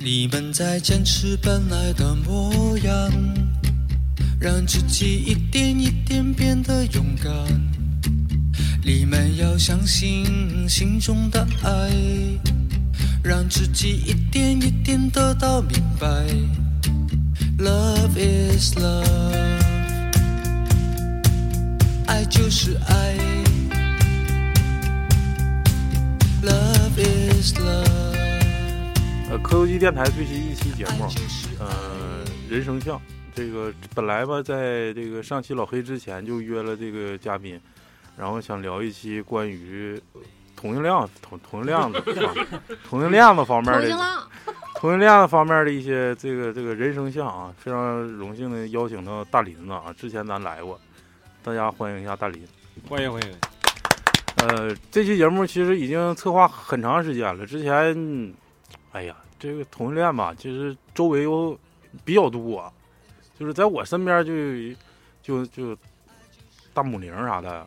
你们在坚持本来的模样，让自己一点一点变得勇敢。你们要相信心中的爱，让自己一点一点得到明白。Love is love，爱就是爱。Love is love。呃，科技电台最新一期节目爱，就是爱呃，人生像这个本来吧，在这个上期老黑之前就约了这个嘉宾，然后想聊一期关于同性恋、同同性恋子、啊、 同性恋子方面头的巾浪，同性恋方面的一些这个这个人生像啊，非常荣幸的邀请到大林子啊，之前咱来过，大家欢迎一下大林。欢迎欢迎，呃，这期节目其实已经策划很长时间了，之前，哎呀，这个同性恋吧，其实周围有比较多、就是在我身边就有就就大母零啥的，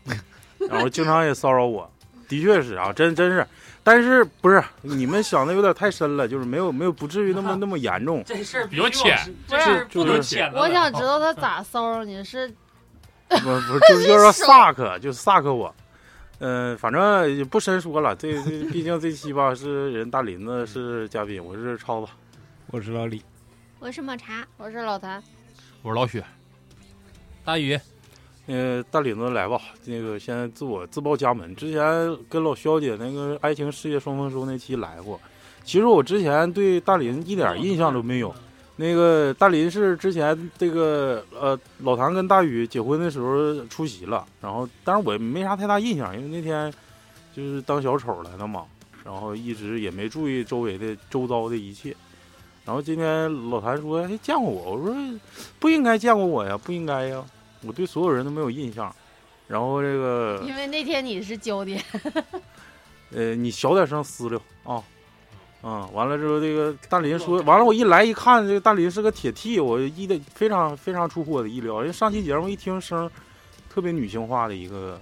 然后经常也骚扰我，的确是啊，真真是，但是不是你们想的有点太深了，就是没有没有不至于那么那么严重。这事儿有浅，潜，这事儿就不是能浅了。我想知道他咋骚扰你是不不是，就是就是说萨克，就是萨克我。嗯、反正也不深说了，这这毕竟这期吧是人大林子是嘉宾，我是超子。我是老李。我是抹茶，我是老谭，我是老许，大宇，呃，大林子来吧，那个先自我自报家门。之前跟老肖姐那个《爱情事业双丰收》那期来过，其实我之前对大林一点印象都没有。那个大林是之前这个呃老谭跟大宇结婚的时候出席了，然后但是我也没啥太大印象，因为那天就是当小丑来了嘛，然后一直也没注意周围的周遭的一切。然后今天老谭说：“哎，见过我。”我说：“不应该见过我呀，不应该呀，我对所有人都没有印象。”然后这个因为那天你是焦点，呃，你小点声撕溜啊，嗯，完了之后这个大林说，完了我一来一看，这个大林是个铁 T，我意的非常非常出乎我的意料，因为上期节目一听声儿，特别女性化的一个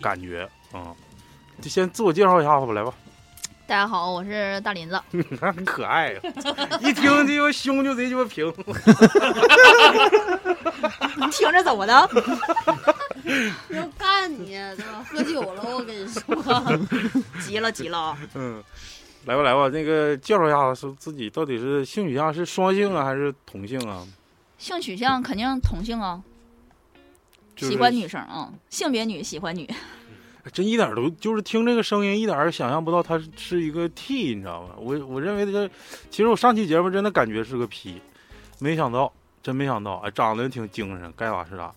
感觉啊、嗯，就先自我介绍一下子吧，来吧，大家好，我是大林子。你看很可爱呀、一听这个胸就贼鸡巴平， 你听着怎么的？要干你，对吧？喝酒了，我跟你说， 急了急了啊！嗯，来吧来吧，那个介绍一下子，是自己到底是性取向是双性啊还是同性啊？性取向肯定同性啊，就是喜欢女生啊，性别女，喜欢女。真一点儿都就是听这个声音，一点儿想象不到他是一个 T，你知道吗？我我认为这，其实我上期节目真的感觉是个 P，没想到，真没想到，哎，长得挺精神，该咋是 咋。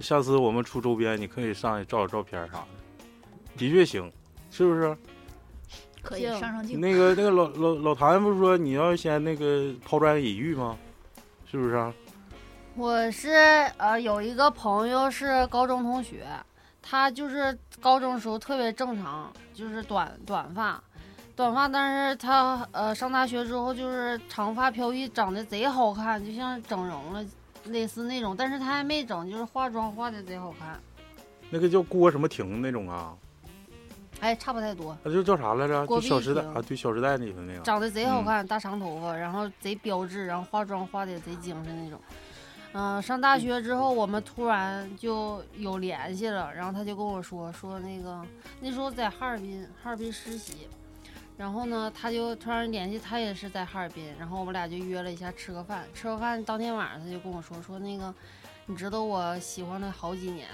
下次我们出周边，你可以上去照照片啥的，的确行，是不是？可以行上镜。那个那个老老老谭不是说你要先那个抛砖引玉吗？是不是啊？ 我是呃有一个朋友是高中同学，他就是高中时候特别正常，就是短短发，短发，但是他呃上大学之后就是长发飘逸，长得贼好看，就像整容了类似那种，但是他还没整，就是化妆化的贼好看，那个叫郭什么婷那种啊，哎，差不太多。那就叫啥来着？就郭《小碧时代》婷啊，对，《小时代》里的那个。长得贼好看，大长头发，然后贼标致，然后化妆化的贼精神那种。嗯、上大学之后我们突然就有联系了，然后他就跟我说说那个那时候在哈尔滨，哈尔滨实习，然后呢他就突然联系他也是在哈尔滨，然后我们俩就约了一下吃个饭，吃个饭当天晚上他就跟我说说那个你知道我喜欢了好几年，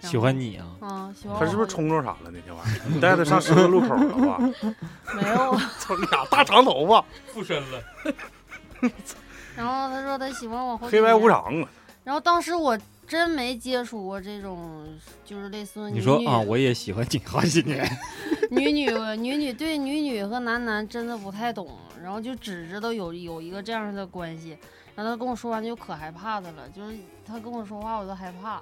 然后喜欢你啊？嗯喜欢我他是不好是几冲撞啥了那天晚上？你带他上十字路口了吧？没有？ 操， 俩大长头发，附身了，然后他说他喜欢我好几黑白年无常啊！然后当时我真没接触过这种，就是类似你女说女啊，我也喜欢你好几年。女女女女对女女和男男真的不太懂，然后就只知道有有一个这样的关系。然后他跟我说完就可害怕他了，就是他跟我说话我都害怕。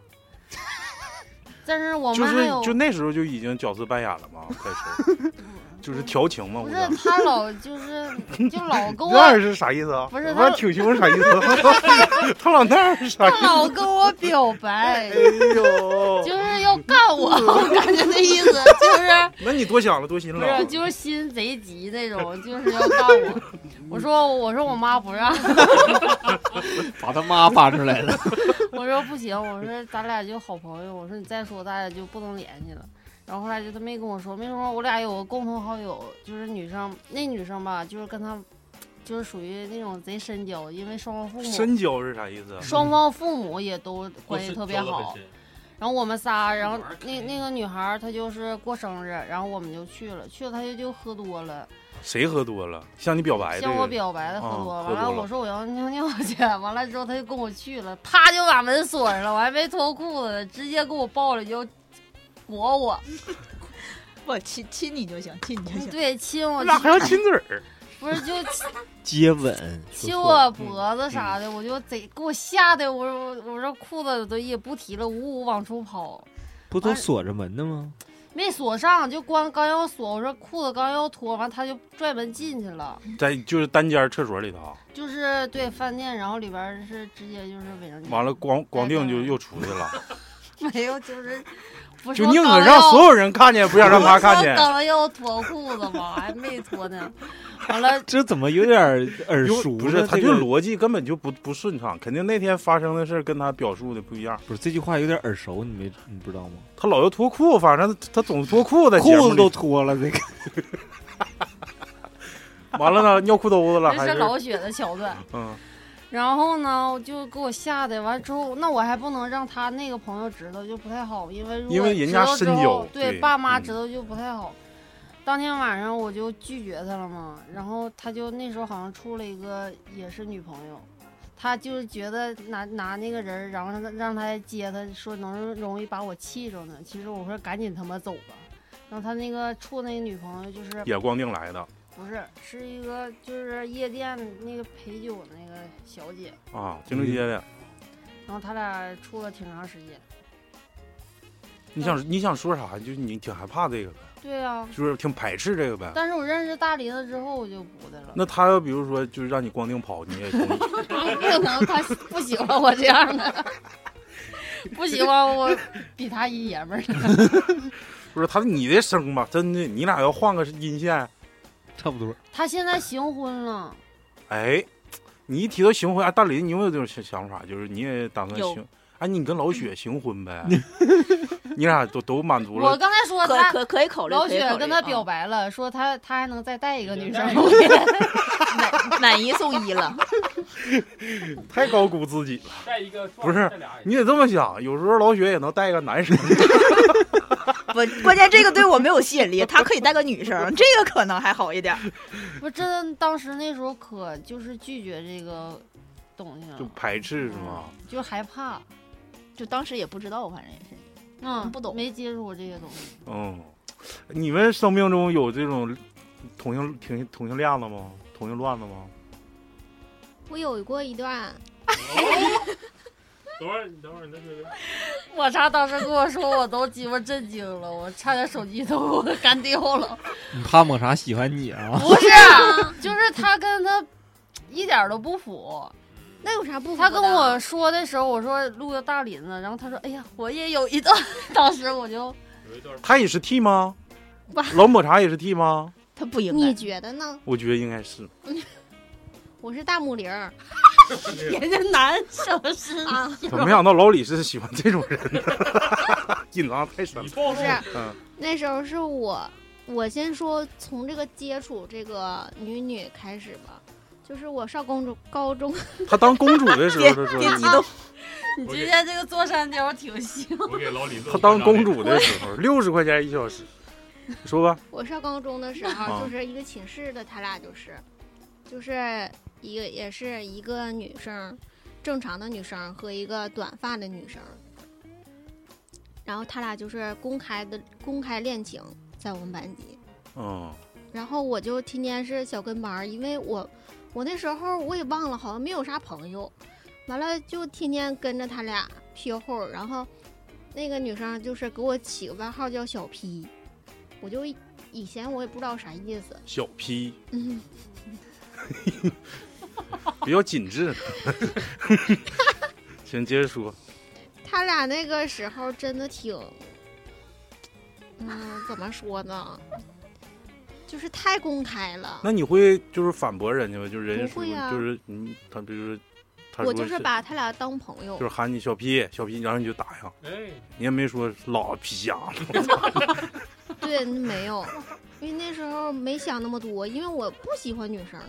但是我就们还是有 就那时候就已经角色扮演了嘛，开始就是调情嘛。不我想是他老就是就老 跟那我儿是啥意思啊？不是我他挺胸是啥意思？他老那儿是啥意他思？啊老跟我表白，哎呦， 就是要干我，我感觉那意思就是那你多想了，多心不了啊是。就是心贼急那种，就是要干我。我说我说我妈不让， 把他妈扒出来了。我说不行，我说咱俩就好朋友，我说你再说咱俩就不能联系了。然后后来就他没跟我说，没说我俩有个共同好友，就是女生，那女生吧，就是跟他，就是属于那种贼深交，因为双方父母，深交是啥意思啊？双方父母也都过关世系特别交得好很。深然后我们仨，然后玩儿那开那个女孩儿她就是过生日，然后我们就去了，去了她就就喝多了， 谁喝多了向你表白的向我人？表白的喝啊多了，喝完了多了我说我要尿尿去，完了之后她就跟我去了，啪就把门锁上了，我还没脱裤子呢，直接给我抱了就裹我，我亲亲你就行，亲你就。对，亲我那还要亲嘴儿？不是就亲 接吻，亲我脖嗯子啥的，我就贼给我吓得我说我说裤子都也不提了，呜呜往出跑。不都锁着门呢吗？没锁上，就光刚要锁，我说裤子刚要脱完，他就拽门进去了。在就是单间厕所里头啊，就是对饭店，然后里边儿是直接就是卫生间。完了光光腚就又出去 了，没有，就是不是就我宁刚可让要所有人看见，不想让他看 我见。刚刚要脱裤子嘛，还没脱呢。完了，这怎么有点耳有熟呢？不是，他这就个逻辑根本就不不顺畅，肯定那天发生的事儿跟他表述的不一样。不是这句话有点耳熟，你没你不知道吗？他老要脱裤子，反正他他总脱裤子，裤子都脱了，这个完了呢，尿裤兜子了，这还是是老雪的桥段。嗯，然后呢，我就给我吓得，完之后，那我还不能让他那个朋友知道，就不太好，因为如果因为人家知道深之后交对对爸妈嗯知道就不太好。当天晚上我就拒绝他了嘛，然后他就那时候好像处了一个也是女朋友，他就是觉得拿拿那个人儿，然后让他让他来接他，说能容易把我气着呢。其实我说赶紧他妈走吧。然后他那个处那个女朋友就是也光腚来的不是是一个就是夜店那个陪酒那个小姐。啊，京东街的。然后他俩处了挺长时间。你嗯想你想说啥？就是你挺害怕这个呗，对啊，就是挺排斥这个呗。但是我认识大林子之后，我就不的了。 那他要比如说就是让你光腚跑，你也同意？不可能，他不喜欢我这样的，不喜欢我比他一爷们儿的。 不是他你的声吧，真的，你俩要换个音线， 差不多。他现在行婚了，哎，你一提到行婚，哎，大林，你有没有这种想想法？就是你也打算有行？哎，你跟老雪行婚 呗？你俩都都满足我了，刚才说可他可可以考虑，老可以考雪虑跟他啊表 白了，说他他还能再带一个女生。买买一送一了，太高估自己了。带一个不是你得这么想，有时候老雪也能带一个男生。不，关键这个对我没有吸引力，他可以带个女 生，这个可能还好一点。我真的当时那时候可就是拒绝这个东西了，就排斥是吗？就害怕，就当时也不知道，反正也是。嗯，不懂没接触过这些东西。嗯，你们生命中有这种同性同性同性恋子吗？同性乱子吗？我有过一段，等会儿，你等会儿，你再说。我啥当时跟我说，我都鸡巴震惊了，我差点手机都给我干掉了。你怕抹啥喜欢你啊？不是， 嗯就是他跟他一点儿都不符。那有啥不服的？他跟我说的时候，我说录个大林子，然后他说：“哎呀，我也有一段。”当时我就有一段他也是 T 吗不？老抹茶也是 T 吗？他不应你该，觉得呢？我觉得应该是。我是大木林儿哎人家男生是啊，我没想到老李是喜欢这种人的， 隐藏太深你了。报不复是嗯，那时候是我，我先说从这个接触这个女女开始吧，就是我上公主高中，他当公主的时候，他说别激动，你之前这个坐山雕挺像。我给老李他当公，主的时 候，六十块钱一小时。说吧，我上高中的时候啊就是一个寝室的，他俩就是，就是一个也是一个女生，正常的女生和一个短发的女生，然后他俩就是公开的公开恋情，在我们班级。嗯，然后我就天天是小跟班儿，因为我我那时候我也忘了，好像没有啥朋友，完了就天天跟着他俩飘后儿，然后那个女生就是给我起个外号叫小 P，我就一以前我也不知道啥意思，小 P 嗯，比较紧 致。行，接着说，他俩那个时候真的挺，嗯，怎么说呢，就是太公开了。那你会就是反驳人家吗？就是人家不说嗯会啊就是你他比如说他我说就是把他俩当朋友就，是喊你小 P 小 P，然后你就打呀，哎，你也没说老皮呀、嗯 对，没有，因为那时候没想那么多，因为我不喜欢女生啊，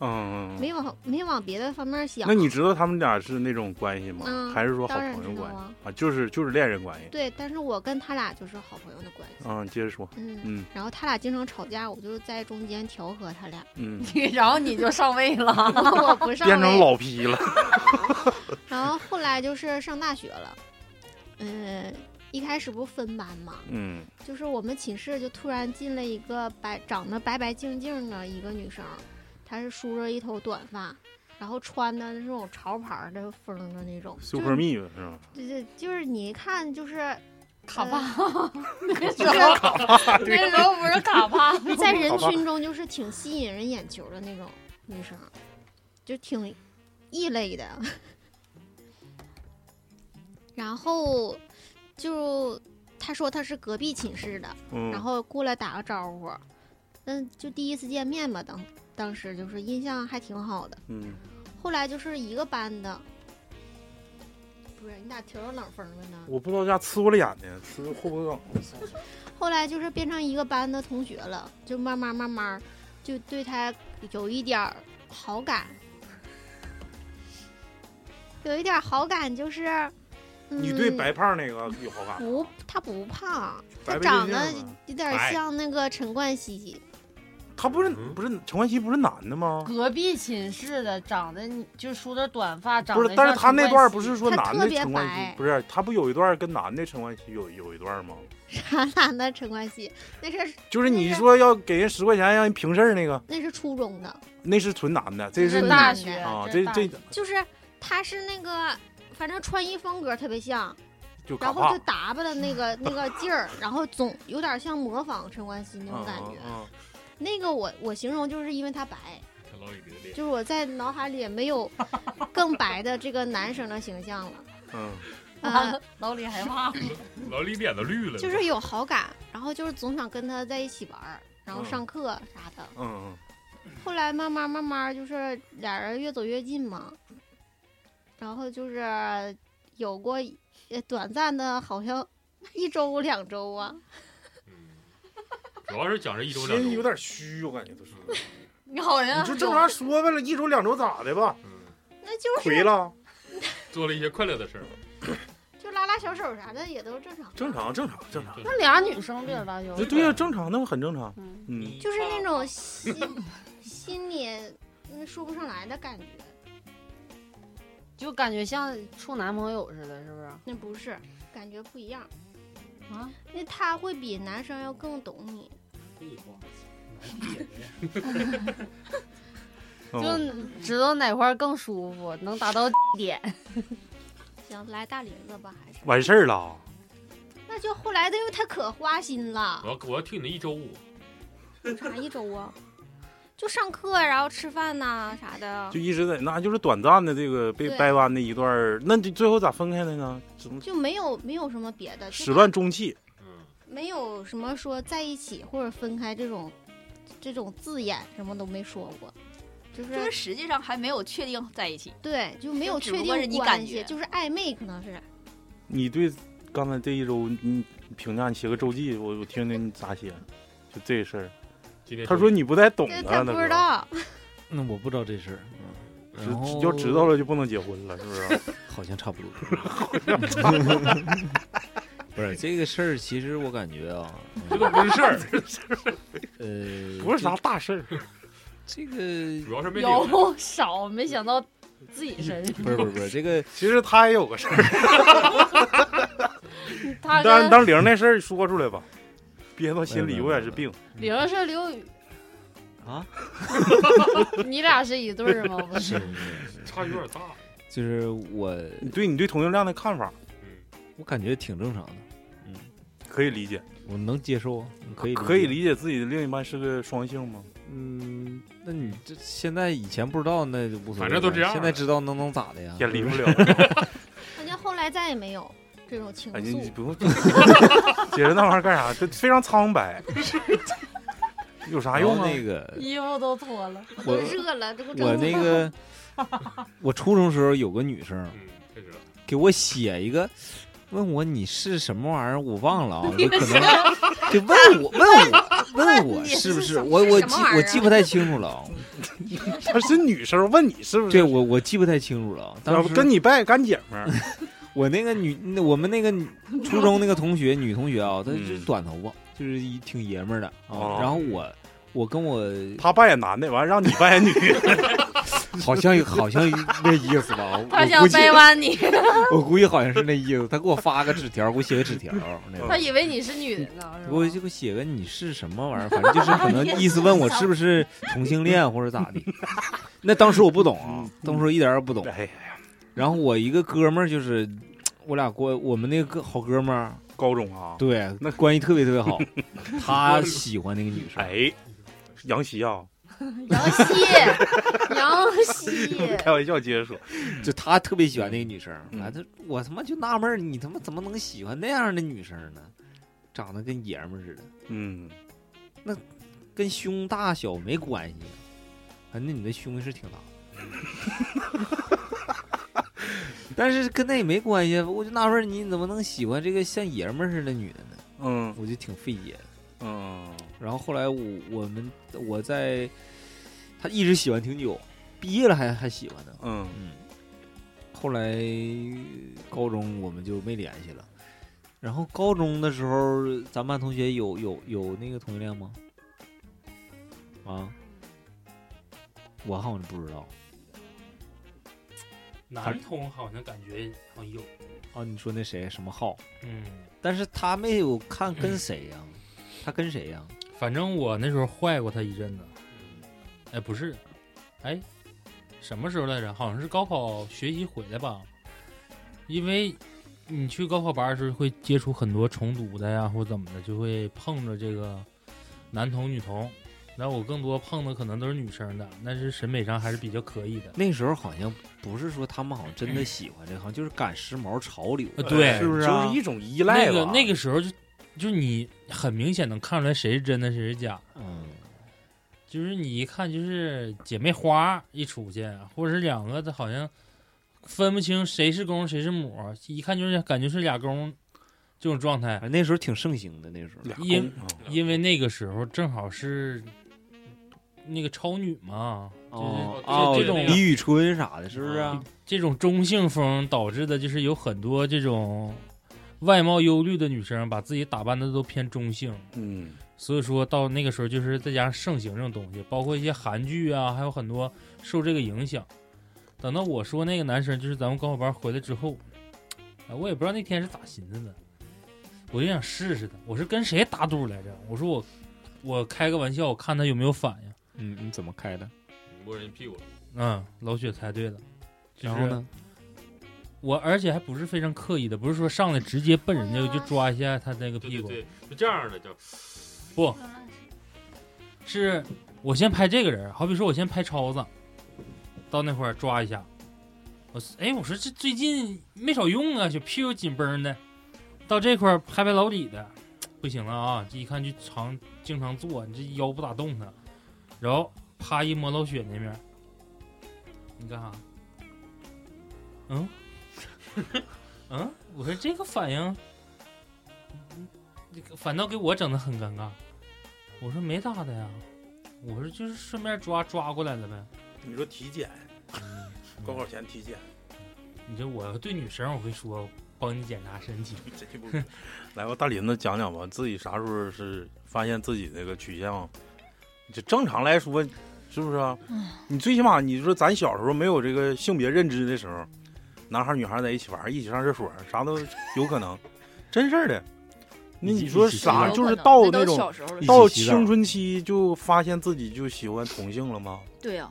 嗯，嗯嗯。没往没往别的方面想那。你知道他们俩是那种关系吗？嗯还是说好当然朋知友道关系啊，啊？就是就是恋人关系。对，但是我跟他俩就是好朋友的关系，嗯，接着说，嗯，嗯然后他俩经常吵架，我就在中间调和他俩，嗯，然后你就上位了，我不 上变成位。老皮了。然后后来就是上大学了，嗯，一开始不是分班嘛，嗯就是我们寝室就突然进了一个白长得白白净净的一个女生，她是梳着一头短发，然后穿的那种潮牌儿的风儿的那种， 就是，Super 蜜是吧？就是就是你一看就是卡呃帕， 就是那时候不是卡帕， 在人群中就是挺吸引人眼球的那种女生，就挺异类的。然后就她说她是隔壁寝室的，嗯，然后过来打个招呼，嗯，就第一次见面吧，当当时就是印象还挺好的。嗯，后来就是一个班的，不是你咋调到冷风了呢？我不知道家呲我脸呢，呲后脖梗。我操后来就是变成一个班的同学了，就慢慢慢慢就对他有一点儿好感，有一点儿好感就是，嗯、你对白胖那个有好感吗？不他不胖，白白他净长净得的有点白儿像那个陈冠希， 他不是不是陈冠希不是男的吗？嗯隔壁寝室的，长得你就梳着短发，长不得是，但是像他陈那段冠希不是说他男特的别陈冠白希，不是他不有一段跟男的陈冠希有有一段吗？啥男的陈冠希，那是就是你那是说要给人十块钱让人平事儿那个，那是初中的，那是纯男的，这是纯女男大的学啊，哦这大这学就是他是那个，反正穿衣风格特别像，就卡然后怕就。打扮的那个那个劲儿，然后总有点像模仿陈冠希那种感觉。嗯那个我我形容就是因为他白，看老李这个脸，就是我在脑海里也没有更白的这个男生的形象了，嗯嗯 完 啊，了老李害怕，老李脸都绿了。就是有好感，然后就是总想跟他在一起玩儿，然后嗯上课啥的。嗯后来慢慢慢慢就是俩人越走越近嘛，然后就是有过呃短暂的，好像 一周两周啊，嗯，主要是讲这一周嗯，两心有周。点虚，我感觉都 是。你好人你就正常说呗了，一周两周咋的吧？嗯，那就是亏了，做了一些快乐的事儿。就拉拉小手啥的也都正常，正常正常正常。那俩女生别拉小那对呀，正常，那很正常。嗯，嗯，就是那种 心心里嗯说不上来的感觉。就感觉像处男朋友似的，是不哦是？那不是，感觉不一样啊。那他会比男生要更懂你，废话，嗯就知道哪块儿更舒服，能达到点。行，来大林子吧，还是完事儿了。啊那就后来的，因为他可花心了嗯我，要我要听你的一周五，啥一周啊，就上课，然后吃饭呐、啥的啊就，一直在，那就是短暂的这个被对掰弯的一段儿，那就最后咋分开的呢？怎么就没有没有什么别的，始就乱终弃？嗯，没有什么说在一起或者分开这种这种字眼，什么都没说过，就就是是实际上还没有确定在一起。对，就没有就只不确定过是你关感系觉就是暧昧，可能是你对刚才这一周，你评价你写个周记，我我听听你咋写，就这事儿。今天他说你不太懂这啊，他那不时知候道， 那我不知道这事儿，嗯然后知要知道了就不能结婚了，是啊不是？好像差不 多。不是这个事儿，其实我感觉 啊，这都不是事儿， 呃，不是啥大事儿，这个，主要是没领着。有少，没想到自己身 上。不是不是不是这个，其实他也有个事儿，他但 跟当玲那事儿说出来吧，憋到心里永远是病。玲是刘宇啊， 你俩是一对儿吗？不是，差距有点大。就是我你对你对同性恋的看法，嗯，我感觉挺正常的，嗯，可以理解，我能接受，啊可以可以解。理解自己的另一半是个双性吗？嗯，那你这现在以前不知道那就无所谓，反正都这样现在知道能能咋的呀？也离不了。人家后来再也没有这种情哎，你你愫。不用 解释那玩意儿干啥？这非常苍白， 有啥然后用啊？那个 衣服都脱了，都我热了，这不我正那个我初中时候有个女生嗯，这是给我写一个。问我你是什么玩意儿，我忘了啊，就可能就问我问 我问我是不是是什么我我什么记玩意儿我记不太清楚了 啊，她是女生，问你是不是？对我我记不太清楚了啊。要当不时跟你拜干姐们儿，我那个女，那我们那个女初中那个同学，女同学啊，她就是嗯短头发，就是一挺爷们儿的哦啊。然后我，我跟我她扮演男的，完让你扮演女的， 好像好像 那意思吧，我 他我想估计掰弯 你，我估计好像是那意思。他给我发个纸条，给我写个纸 条，那他种。以为你是女的呢，是吧我就给我写个你是什么玩意儿，反正就是可能意思问我是不是同性恋或者 咋的。那当时我不懂啊，当时我一点儿也不懂。哎，然后我一个哥们儿就是，我俩过我们那个好哥们儿，高中啊，对，那关系特别特 别好。他喜欢那个女生，哎，杨希啊，杨希，杨 希，开玩笑，接着说，就他特别喜欢那个女生。啊嗯完、他我他妈就纳闷儿，你他妈怎么能喜欢那样的女生呢？长得跟爷们儿似的，嗯，跟胸大小没关系。反正你的胸是挺大 的但是跟那也没关系。我就纳闷儿，你怎么能喜欢这个像爷们儿似的女的呢？嗯我就挺费解的。嗯，然后后来我我们我在，他一直喜欢挺久，毕业了还还喜欢呢。嗯嗯，后来高中我们就没联系了。然后高中的时候，咱班同学有有有那个同性恋吗？啊，我好像不知道。男同好像感觉好像有，哦，你说那谁什么浩？嗯，但是他没有看跟谁呀、他跟谁呀、反正我那时候坏过他一阵子。哎，不是，哎，什么时候来着？好像是高考学习回来吧，因为你去高考班的时候会接触很多重读的呀，或怎么的，就会碰着这个男同女同。然后我更多碰的可能都是女生的，但是审美上还是比较可以的。那时候好像不是说他们好像真的喜欢这个，好像就是赶时髦潮流，呃对是不是、就啊？哎是一种依赖那个吧，那个时候就就你很明显能看出来谁是真的，谁是假。嗯，就是你一看就是姐妹花一出去，或者是两个，她好像分不清谁是公谁是母，一看就是感觉是俩公这种状态。哎那时候挺盛行的，那时候俩因公啊因为那个时候正好是那个超女嘛，哦就是这这哦种李宇春啥的，是不是啊？这种中性风导致的，就是有很多这种外貌忧虑的女生把自己打扮的都偏中性。嗯所以说到那个时候，就是再加上盛行这种东西，包括一些韩剧啊，还有很多受这个影响。等到我说那个男生，就是咱们高考班回来之后，哎，我也不知道那天是咋寻思的，我就想试试他，我是跟谁打赌来着？我说我我开个玩笑，我看他有没有反应。嗯，你怎么开的？摸人屁股了，嗯，老雪猜对了。然后？呢？我而且还不是非常刻意的，不是说上来直接奔人家就抓一下他那个对屁对股，对，就这样的就，是我先拍这个人，好比说我先拍超子，到那会儿抓一下。我哎，我说这最近没少用啊，小屁股紧绷的。到这块儿拍拍老李的，不行了啊！这一看就常经常做，你这腰不咋动弹。然后啪一摸老雪那边，你干啥？嗯 嗯，我说这个反应，嗯这个反倒给我整的很尴尬。我说没咋的呀，我说就是顺便抓抓过来的呗。你说体检，高考前体检，你这我要对女生我会说帮你检查身体，这就不 来吧，大林子讲讲吧，自己啥时候是发现自己那个取向？就正常来说，是不是啊？你最起码你说咱小时候没有这个性别认知的时候，男孩儿女孩儿在一起玩儿，一起上厕所，啥都有可能，真事儿的。那你说啥？有可能就是到那都那是种小时候一了起到洗澡青春期就发现自己就喜欢同性了吗？对啊呀、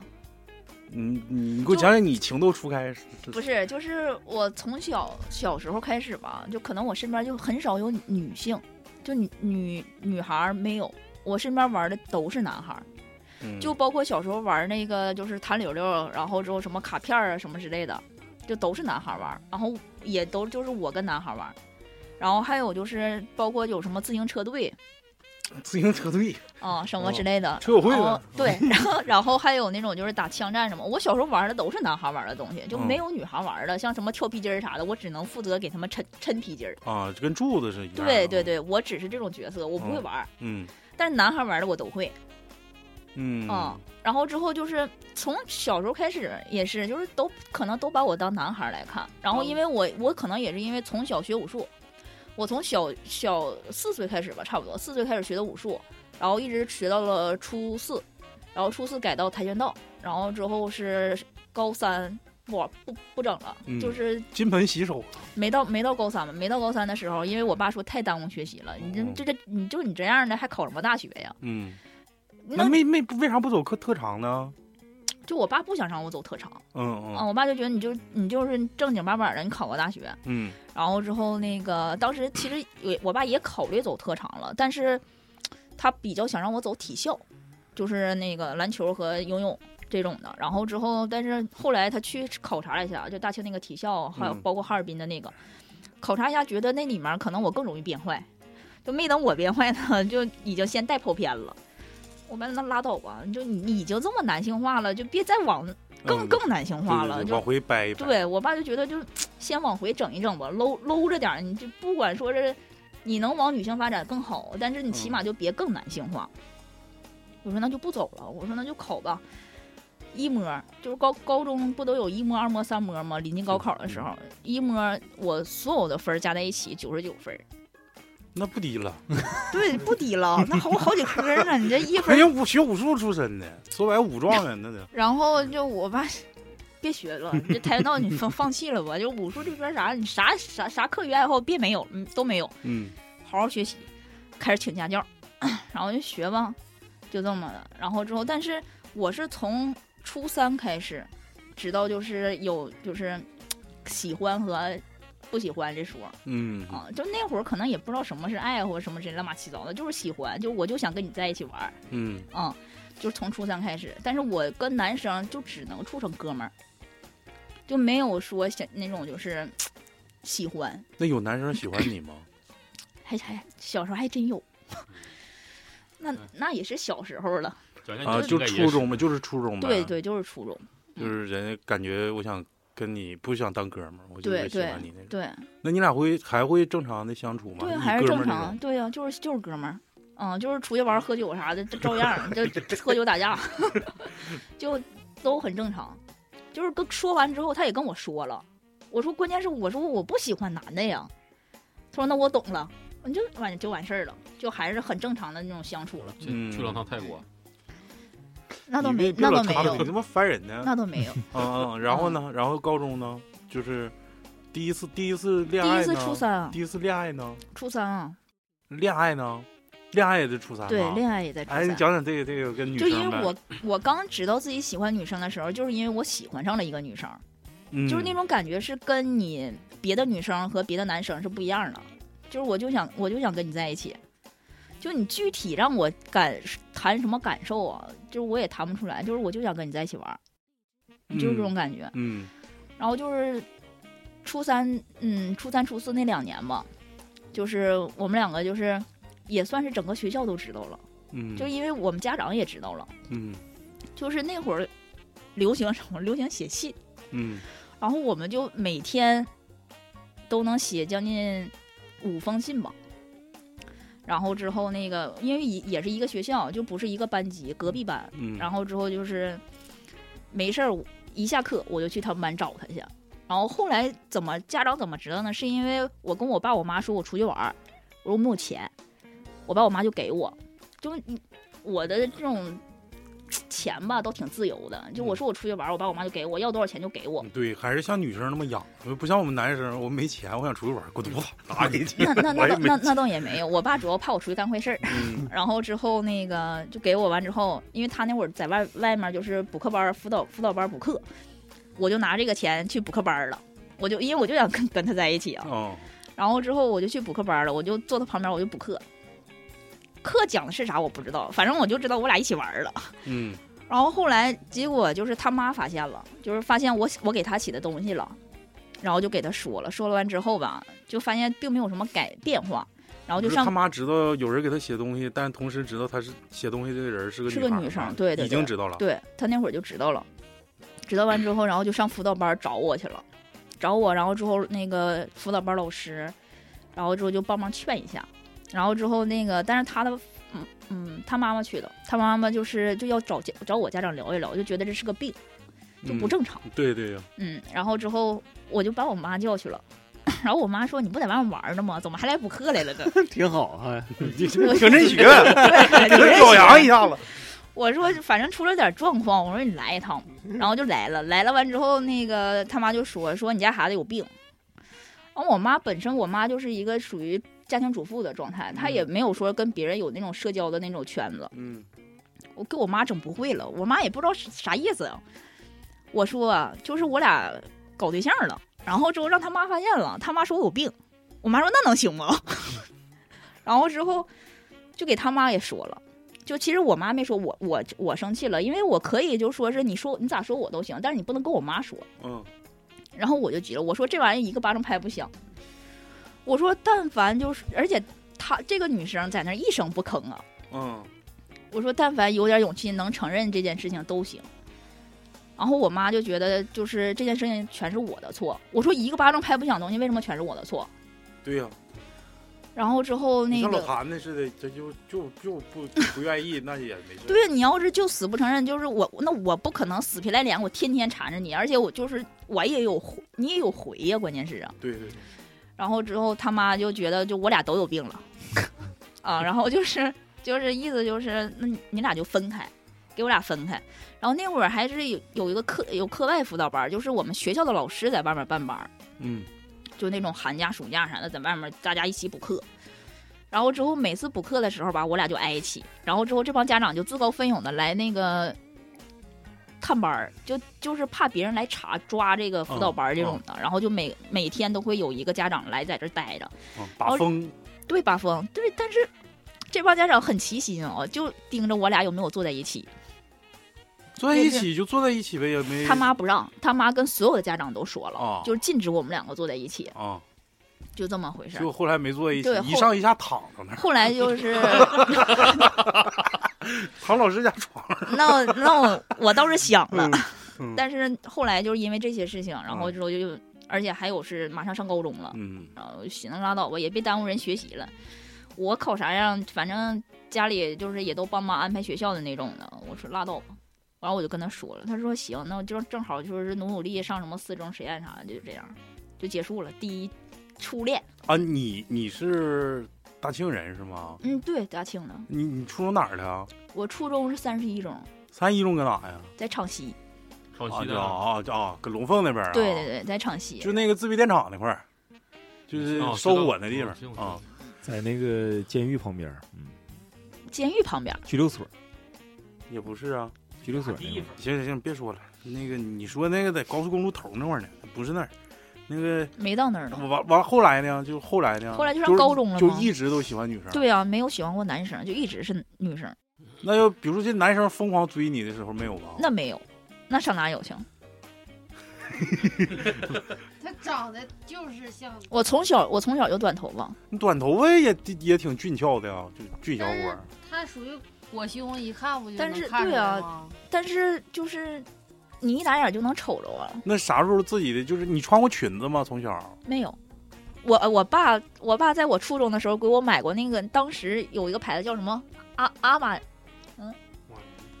你你你给我讲讲你情窦初开是不是，就是我从小小时候开始吧，就可能我身边就很少有女性，就女女女孩儿没有，我身边玩的都是男孩儿，嗯就包括小时候玩那个就是弹溜溜，然后之后什么卡片儿啊什么之类的，就都是男孩儿玩儿，然后也都就是我跟男孩儿玩儿，然后还有就是包括有什么自行车队嗯自行车队、啊、什么哦之类的，车友会然后呗，对，然后然后还有那种就是打枪战什么，我小时候玩的都是男孩玩的东西，就嗯没有女孩玩的，像什么跳皮筋儿啥的，我只能负责给他们抻抻皮筋儿。啊，跟柱子是一样的。对对，对，我只是这种角色，我不会嗯玩儿，嗯但是男孩玩的我都会。嗯嗯，然后之后就是从小时候开始也是，就是都可能都把我当男孩儿来看。然嗯后因为我我可能也是因为从小学武术，我从小小四岁开始吧，差不多四岁开始学的武术，然后一直学到了初四，然后初四改到跆拳道，然后之后是高三。我不不整了，嗯就是金盆洗手，没到没到高三嘛，没到高三的时候，因为我爸说太耽误学习了，你哦这这这你就你这样的还考什么大学呀？嗯，那那没没为啥不走特特长呢？就我爸不想让我走特长，嗯啊，嗯我爸就觉得你就你就是正经八板的，你考个大学，嗯然后之后那个当时其实也我爸也考虑走特长了，但是他比较想让我走体校，就是那个篮球和游泳这种的。然后之后，但是后来他去考察了一下，就大庆那个体校，还有嗯包括哈尔滨的那个，考察一下，觉得那里面可能我更容易变坏，就没等我变坏呢， 就已经先带跑偏了。我们那拉倒吧，你就你你已经这么男性化了，就别再往更嗯更男性化对对了，对就往回掰一掰。对我爸就觉得就先往回整一整吧，搂搂着点儿，你就不管说是你能往女性发展更好，但是你起码就别更男性化。我说那就不走了，我说那就考吧。一模就是高高中不都有一模、二模、三模吗？临近高考的时候，一模我所有的分儿加在一起九十九分儿，那不低了。对，不低了，那好好几科呢。你这一人家哎武学武术出身的，说白了武状元那得。然后就我爸，别学了，这跆拳道你放放弃了吧，就武术这边啥你啥啥啥课余爱好别没有，嗯都没有，嗯好好学习，开始请家教， 然后就学吧，就这么的。然后之后，但是我是从初三开始，直到就是有就是喜欢和不喜欢这说嗯啊，就那会儿可能也不知道什么是爱好，什么是乱七八糟的，就是喜欢，就我就想跟你在一起玩儿，嗯嗯，就是从初三开始，但是我跟男生就只能处成哥们儿，就没有说想那种就是喜欢，那有男生喜欢你吗？还还小时候还真有，嗯 那那也是小时候了，蒋建 啊，军应就该也初是中呗，就是初中呗。对，对，就是初中，嗯就是人家感觉我想跟你不想当哥们儿，我就对是喜对欢你那种。对那你俩会还会正常的相处吗？对，你还是哥正们儿那常，种。对呀、啊就是就是哥们儿。嗯，就是出去玩儿喝酒啥的，就照样 儿就喝酒打架， 就都很正常。就是跟说完之后，他也跟我说了，我说关键是我说我不喜欢男的呀，他说那我懂了，你就完就完事儿了，就还是很正常的那种相处了。去嗯去了趟泰国，那倒你没别别那老倒没插嘴你有，他妈烦人呢。那倒没有。嗯嗯，然后呢？然后高中呢？就是第一次 第一次恋第爱一呢？次初三啊第，一次恋爱呢？初三啊，恋爱呢？恋爱也是初三对，吧恋爱也在初哎，你三。讲讲这个这个跟女就生因为呗我我刚知道自己喜欢女生的时候，就是因为我喜欢上了一个女生。嗯就是那种感觉是跟你别的女生和别的男生是不一样的。就是我就想，我就想跟你在一起。就你具体让我感谈什么感受啊？就是我也谈不出来。就是我就想跟你在一起玩儿，就是这种感觉。嗯然后就是初三，嗯，初三、初四那两年吧，就是我们两个就是也算是整个学校都知道了，嗯，就因为我们家长也知道了。嗯就是那会儿流行什么？流行写信。嗯然后我们就每天都能写将近五封信吧。然后之后那个，因为也也是一个学校，就不是一个班级，隔壁班。嗯，然后之后就是没事儿，一下课我就去他们班找他去。然后后来怎么家长怎么知道呢？是因为我跟我爸我妈说我出去玩儿，我说我没有钱，我爸我妈就给我，就是你我的这种钱吧都挺自由的，就我说我出去玩儿，我爸我妈就给我要多少钱就给我。对，还是像女生那么养，不像我们男生，我没钱，我想出去玩，滚犊子，打你去！那那我那也倒没那那倒也没有，我爸主要怕我出去干坏事儿，嗯 然后之后那个就给我完之后，因为他那会儿在外外面就是补课班儿、辅导辅导班儿补课，我就拿这个钱去补课班儿了，我就因为我就想跟跟他在一起啊，哦，然后之后我就去补课班了，我就坐他旁边，我就补课。课讲的是啥我不知道，反正我就知道我俩一起玩儿了。嗯然后后来结果就是他妈发现了，就是发现我我给他起的东西了，然后就给他说了，说了完之后吧，就发现并没有什么改变化，然后就就是上他妈知道有人给他写东西，但同时知道他是写东西这个人是个是个女孩女生啊对对已经对知道了。对他那会儿就知道了，知道完之后，然后就上辅导班找我去了，找我，然后之后那个辅导班老师，然后之后就帮忙劝一下，然后之后那个，但是他的，嗯嗯，他妈妈去了，他妈妈就是就要找家找我家长聊一聊，就觉得这是个病，就不嗯正常。对对呀，嗯，然后之后我就把我妈叫去了， 然后我妈说：“你不在外面玩呢吗？怎么还来补课来了 呢挺好哈，你这我挺真 学，对给他表扬一下子。？”我说：“反正出了点状况，我说你来一趟。”嗯然后就来了，来了完之后，那个他妈就说：“说你家孩子有病。”然后我妈本身，我妈就是一个属于家庭主妇的状态，她也没有说跟别人有那种社交的那种圈子。嗯，我给我妈整不会了，我妈也不知道是啥意思啊。我说啊就是我俩搞对象了，然后之后让他妈发现了，他妈说我有病，我妈说那能行吗？ 然后之后就给他妈也说了，就其实我妈没说我我我生气了，因为我可以就说是你说你咋说我都行，但是你不能跟我妈说。嗯，然后我就急了，我说这玩意儿一个巴掌拍不响。我说但凡就是，而且她这个女生在那儿一声不吭啊，嗯，我说但凡有点勇气能承认这件事情都行。然后我妈就觉得就是这件事情全是我的错。我说一个巴掌拍不响的东西，为什么全是我的错？对呀，然后之后你那像老个。谭那似的，这就就就 不不愿意，那也没事。对，啊你要是就死不承认，就是我，那我不可能死皮赖脸，我天天缠着你，而且我就是我也有回，你也有回呀，关键是啊。对对对，然后之后他妈就觉得就我俩都有病了，啊，然后就是就是意思就是那你你俩就分开，给我俩分开。然后那会儿还是有有一个课有课外辅导班儿，就是我们学校的老师在外面办班儿，嗯，就那种寒假暑假啥的，在外面大家一起补课。然后之后每次补课的时候吧，我俩就挨一起。然后之后这帮家长就自告奋勇的来那个探班儿，就就是怕别人来查抓这个辅导班儿这种的。然后就每每天都会有一个家长来在这儿待着，嗯把风哦对吧？风对，但是这帮家长很齐心哦，就盯着我俩有没有坐在一起。坐在一起就坐在一起呗，也没他妈不让，他妈跟所有的家长都说了，嗯哦就是禁止我们两个坐在一起，啊，就这么回事儿结。果后来没坐在一起对，一后上一下躺到那儿，后 来就是。躺老师家床上。那那我我倒是想了，嗯 但是后来就是因为这些事情，然后之后就，而且还有是马上上高中了，嗯，然后寻思拉倒吧，也别耽误人学习了。我考啥样，反正家里就是也都帮忙安排学校的那种的。我说拉倒吧，然后我就跟他说了，他说行，那我就正好就是努努力上什么四中实验啥的，就这样就结束了第一初恋。啊，你你是大庆人是吗？嗯，对，大庆的，你你初中哪儿的啊？我初中是三十一中，三一中搁哪呀？在昌西，唱啊戏对啊的啊，啊啊，搁龙凤那边啊。对对对，在昌西。就那个自闭电厂那块儿，就是哦收我那地知道方知道啊。在那个监狱旁边儿，嗯，监狱旁边，拘留所，也不是啊。拘留所那地块儿方行行行，别说了，那个你说那个在高速公路头那块儿呢，不是那儿，那个没到那儿呢。完完后来呢，就后来呢，后来就上是高中了吗就一直都喜欢女生。，对啊，没有喜欢过男生，就一直是女生，那要比如说这男生疯狂追你的时候没有吧？那没有，那上哪有情？他长得就是像，我从小我从小就短头发，你短头发也也挺俊俏的啊，就俊小伙儿。嗯他属于裹胸，一看不就但能是看出对啊来吗？但是就是你一打眼就能瞅着我，那啥时候自己的就是你穿过裙子吗？从小没有。我呃我爸我爸在我初中的时候给我买过那个，当时有一个牌子叫什么阿阿玛，嗯，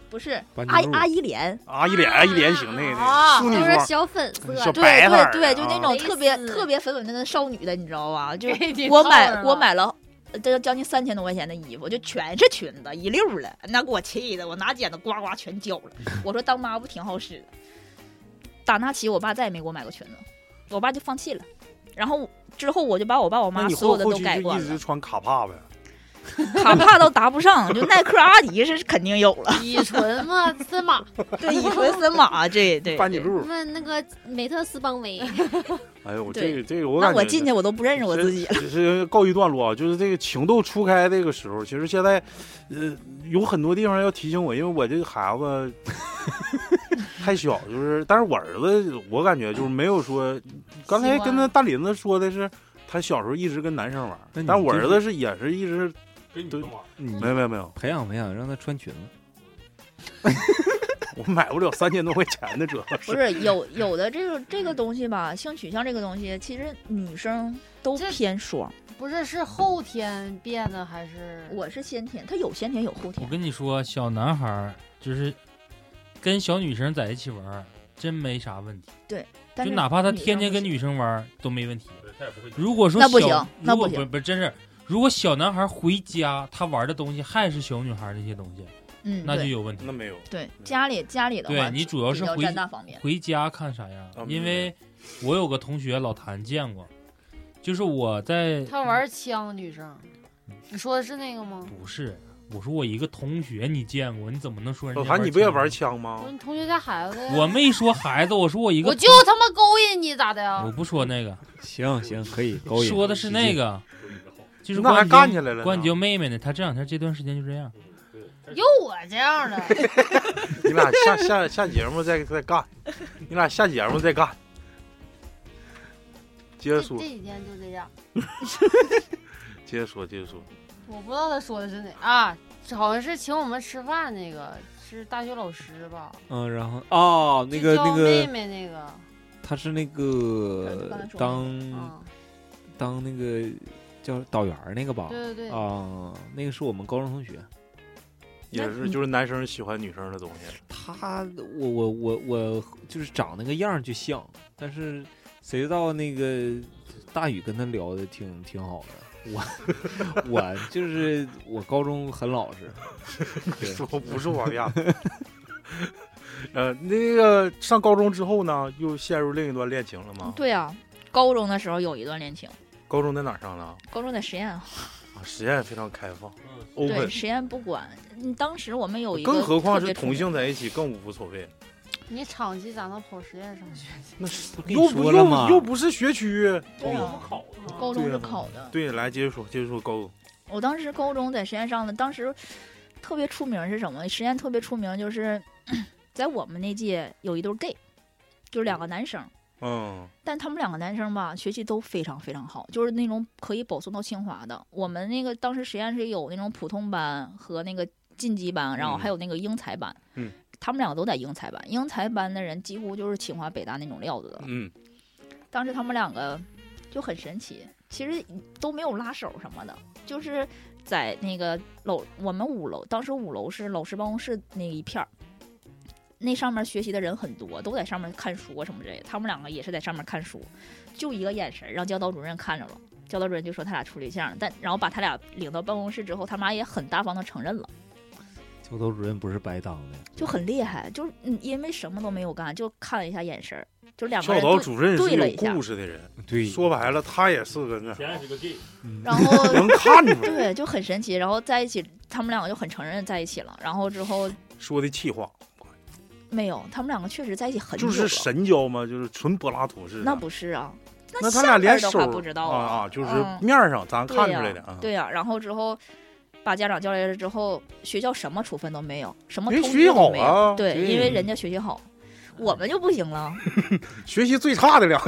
不是班尼阿路阿依莲，啊，一脸一脸型那个啊那个淑女就是装，小粉色小的，对白色儿对的对，就那啊种特别蕾丝特别粉粉嫩的少女的，你知道吧？就你我套买上我了买了，呃这将近三千多块钱的衣服，就全是裙子一溜儿的，那给我气的，我拿剪子呱呱全绞 了。我说当妈不挺好使的？打那起，我爸再也没给我买过裙子，我爸就放弃了。然后之后我就把我爸我那妈你所有后的后都期改就惯一直了，穿卡帕呗？卡帕都答不上，就耐克、阿迪是肯定有 了。乙醇嘛，森马，对， 乙醇、森马，这对。班尼对路，问那个美特斯邦威，哎呦，我对这个这个我那感我觉进去我都不认识我自己了。只是告一段落啊，就是这个情窦初开这个时候，其实现在，呃，有很多地方要提醒我，因为我这个孩 子太小，就是，但是我儿子，我感觉就是没有说，刚才跟那大林子说的是，他小时候一直跟男生玩那，你但我就儿子是也是一直跟你对们玩儿，你没有没有没有，嗯培养培养，让他穿裙子。我买不了三千多块钱的，主要不是是有有的这个这个东西吧，性取向这个东西，其实女生都这偏双。啊不是是后天变的还是？我是先天，他有先天有后我天。跟你说，小男孩儿就是跟小女生在一起玩儿，真没啥问题。但就是哪怕他女生天天不跟行女生玩儿都没问题。对他也不会。如果说那不小行那如果不行不不真是，如果小男孩回家他玩的东西还是小女孩那些东西，嗯，那就对有问题那。没有，对家里家里的对话，你主要是比较回占大方面。回家看啥样啊，因为我有个同学老谭见过，就是我在他玩枪，女生，你说的是那个吗？不是，我说我一个同学你见过，你怎么能说人家老玩谭你不也枪玩呢？枪我吗说？你同学家孩子呀，我没说孩子，我说我一 个我就他妈勾引你咋的呀我？不说那个，行行，可以高说的是那，个，就是那还关干关起来了呢，关九妹妹呢，她这两天这段时间就这样。有我这样的，你俩下下下节目再再干，你俩下节目再 干，接这着这说，几天就这样。接着说，接着说。我不知道他说的是哪啊，好像是请我们吃饭那个是大学老师吧？嗯，然后哦，那个就叫那妹个，妹那个，他是那就刚才个说当嗯，当那个叫导员儿那个吧，对对对，啊，那个是我们高中同学，也那是，你就是男生喜欢女生的东西，他我我我我就是长那个样儿就像，但是谁知道那个大宇跟他聊的挺挺好的，我 我就是我高中很老实， 对说不是王 亚。呃，那个上高中之后呢，又陷入另一段恋情了吗？对啊，高中的时候有一段恋情，高中在哪儿上的？啊，高中在实验，实验非常开放嗯对哦，open，实验不管。嗯当时我们有一个，更何况是同，性在一起更无所谓。你场期咋能跑实验上去？那是不跟又你不说了吗又？又不是学区。对哦啊，考的嘛高中对是啊考嗯的。对，来接着说，接着说高。我当时高中在实验上的，当时特别出名是什么？实验特别出名就是 在我们那届有一对儿 gay，就是两个男生，嗯，但他们两个男生吧，学习都非常非常好，就是那种可以保送到清华的。我们那个当时实验室有那种普通班和那个晋级班，然后还有那个英才班。嗯他们两个都在英才班，英才班的人几乎就是清华北大那种料子的。嗯，当时他们两个就很神奇，其实都没有拉手什么的，就是在那个楼，我们五楼，当时五楼是老师办公室那一片儿，那上面学习的人很多，都在上面看书啊什么之类的。他们两个也是在上面看书，就一个眼神儿让教导主任看着了，教导主任就说他俩处对象了，但然后把他俩领到办公室之后，他妈也很大方的承认了。教导主任不是白当的，就很厉害，就是嗯，因为什么都没有干，就看了一下眼神儿，就两个教人导对主任是对了有一下故事的人， 对，说白了，他也是个那前是个 gay，然后 能看出来，对，就很神奇。然后在一起，他们两个就很承认在一起了。然后之后说的气话，没有，他们两个确实在一起很久就了。是神交嘛，就是纯柏拉图式的。那不是啊，那他下俩边连儿的手话不知道啊啊，就是嗯面儿上咱对看呀出来的啊。对呀、然后之后把家长叫来了之后，学校什么处分都没有，什么人通学知习都好没有。啊对，对因为人家学习好。我们就不行了，学习最差的俩，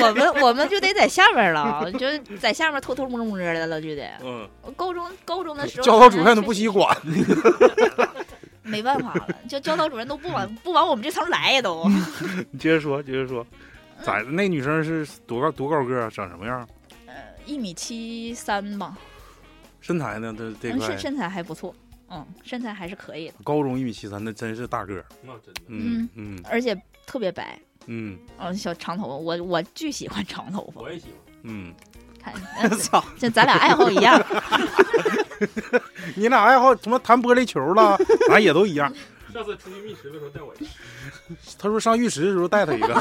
我们我们就得在下边儿了，就在下面偷偷摸摸的了，就得。嗯，我高中高中的时候，教导主任都不惜管，没办法了，就教导主任都不往不往我们这层来呀都。 你接着说，接着说，嗯咋那女生是多高多高个儿，啊长什么样？呃，一米七三吧，身材呢？这这嗯，块身身材还不错，嗯，身材还是可以的，高中一米七三，那真是大个儿。那真的嗯嗯而且特别白，嗯嗯，小长头发，我我巨喜欢长头发，我也喜欢。嗯，看， 操！这咱俩爱好一 样，你俩爱好什么弹玻璃球 了？咱也都一样。嗯上次出去觅食的时候带我一个，他说上浴池的时候带他一个。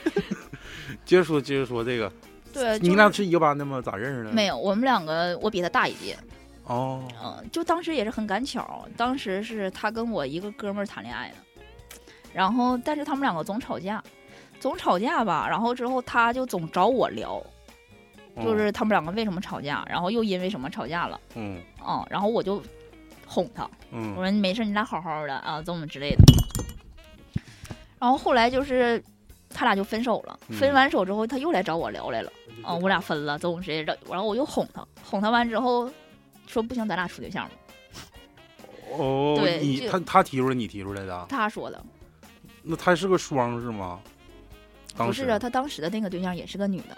接着说，接着说这个，对，你俩是一个班的吗？咋认识的？没有，我们两个我比他大一届，哦，嗯，就当时也是很赶巧，当时是他跟我一个哥们儿谈恋爱呢，然后但是他们两个总吵架，总吵架吧，然后之后他就总找我聊，哦就是他们两个为什么吵架，然后又因为什么吵架了，嗯嗯，然后我就哄他，我嗯说没事，你俩好好的啊，怎么之类的。然后后来就是他俩就分手了，嗯分完手之后他又来找我聊来了，啊，我俩分了，怎么之类的。然后我又哄他，哄他完之后说不行，咱俩处对象吧。哦，对你就他他提出来，你提出来的，啊他说的那他是个双是吗？当不时是啊，他当时的那个对象也是个女的，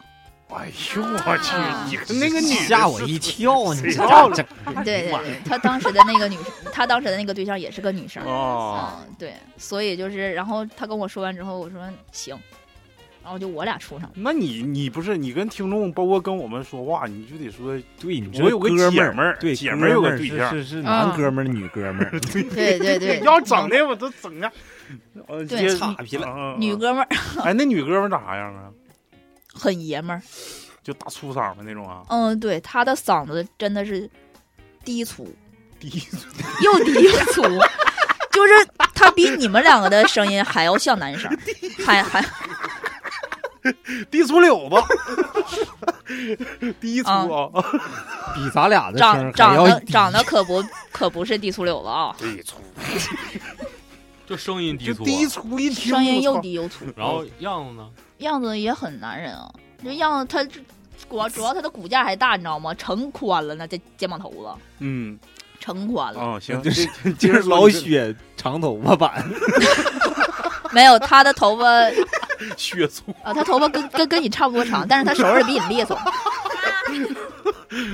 哎呦我去，啊你跟那个女的吓我一跳，你谁这到了这对对对，他当时的那 个女，他当时的那个对象也是个女生。哦，嗯，对，所以就是，然后他跟我说完之后，我说行，然后就我 俩处上了。那你你不是你跟听众，包括跟我们说话，你就得说对你这我有个哥姐们们儿，对姐哥们儿有个儿对是象，，是是男嗯哥们儿女哥们儿，对对对要整的我都整的，呃对接差皮了嗯嗯嗯女哥们儿哎，那女哥们儿长啥样啊？很爷们儿。就大粗嗓门那种啊？嗯，对，他的嗓子真的是低粗， 低又低又粗，就是他比你们两个的声音还要像男生，还还低粗柳 子， 低粗啊！比咱俩的声儿还长长要得低长得可不可不是低粗柳子啊，低粗，就声音低就粗啊， 低粗一听，声音我又操低又粗，然后样子呢？样子也很男人啊，就样子他主要主要他的骨架还大，你知道吗？成宽了呢，这肩膀头子嗯，成宽了，哦，行，就这是就是老雪 长头发版，没有他的头发 血粗，啊，他头发跟跟跟你差不多长，但是他手指比你利索。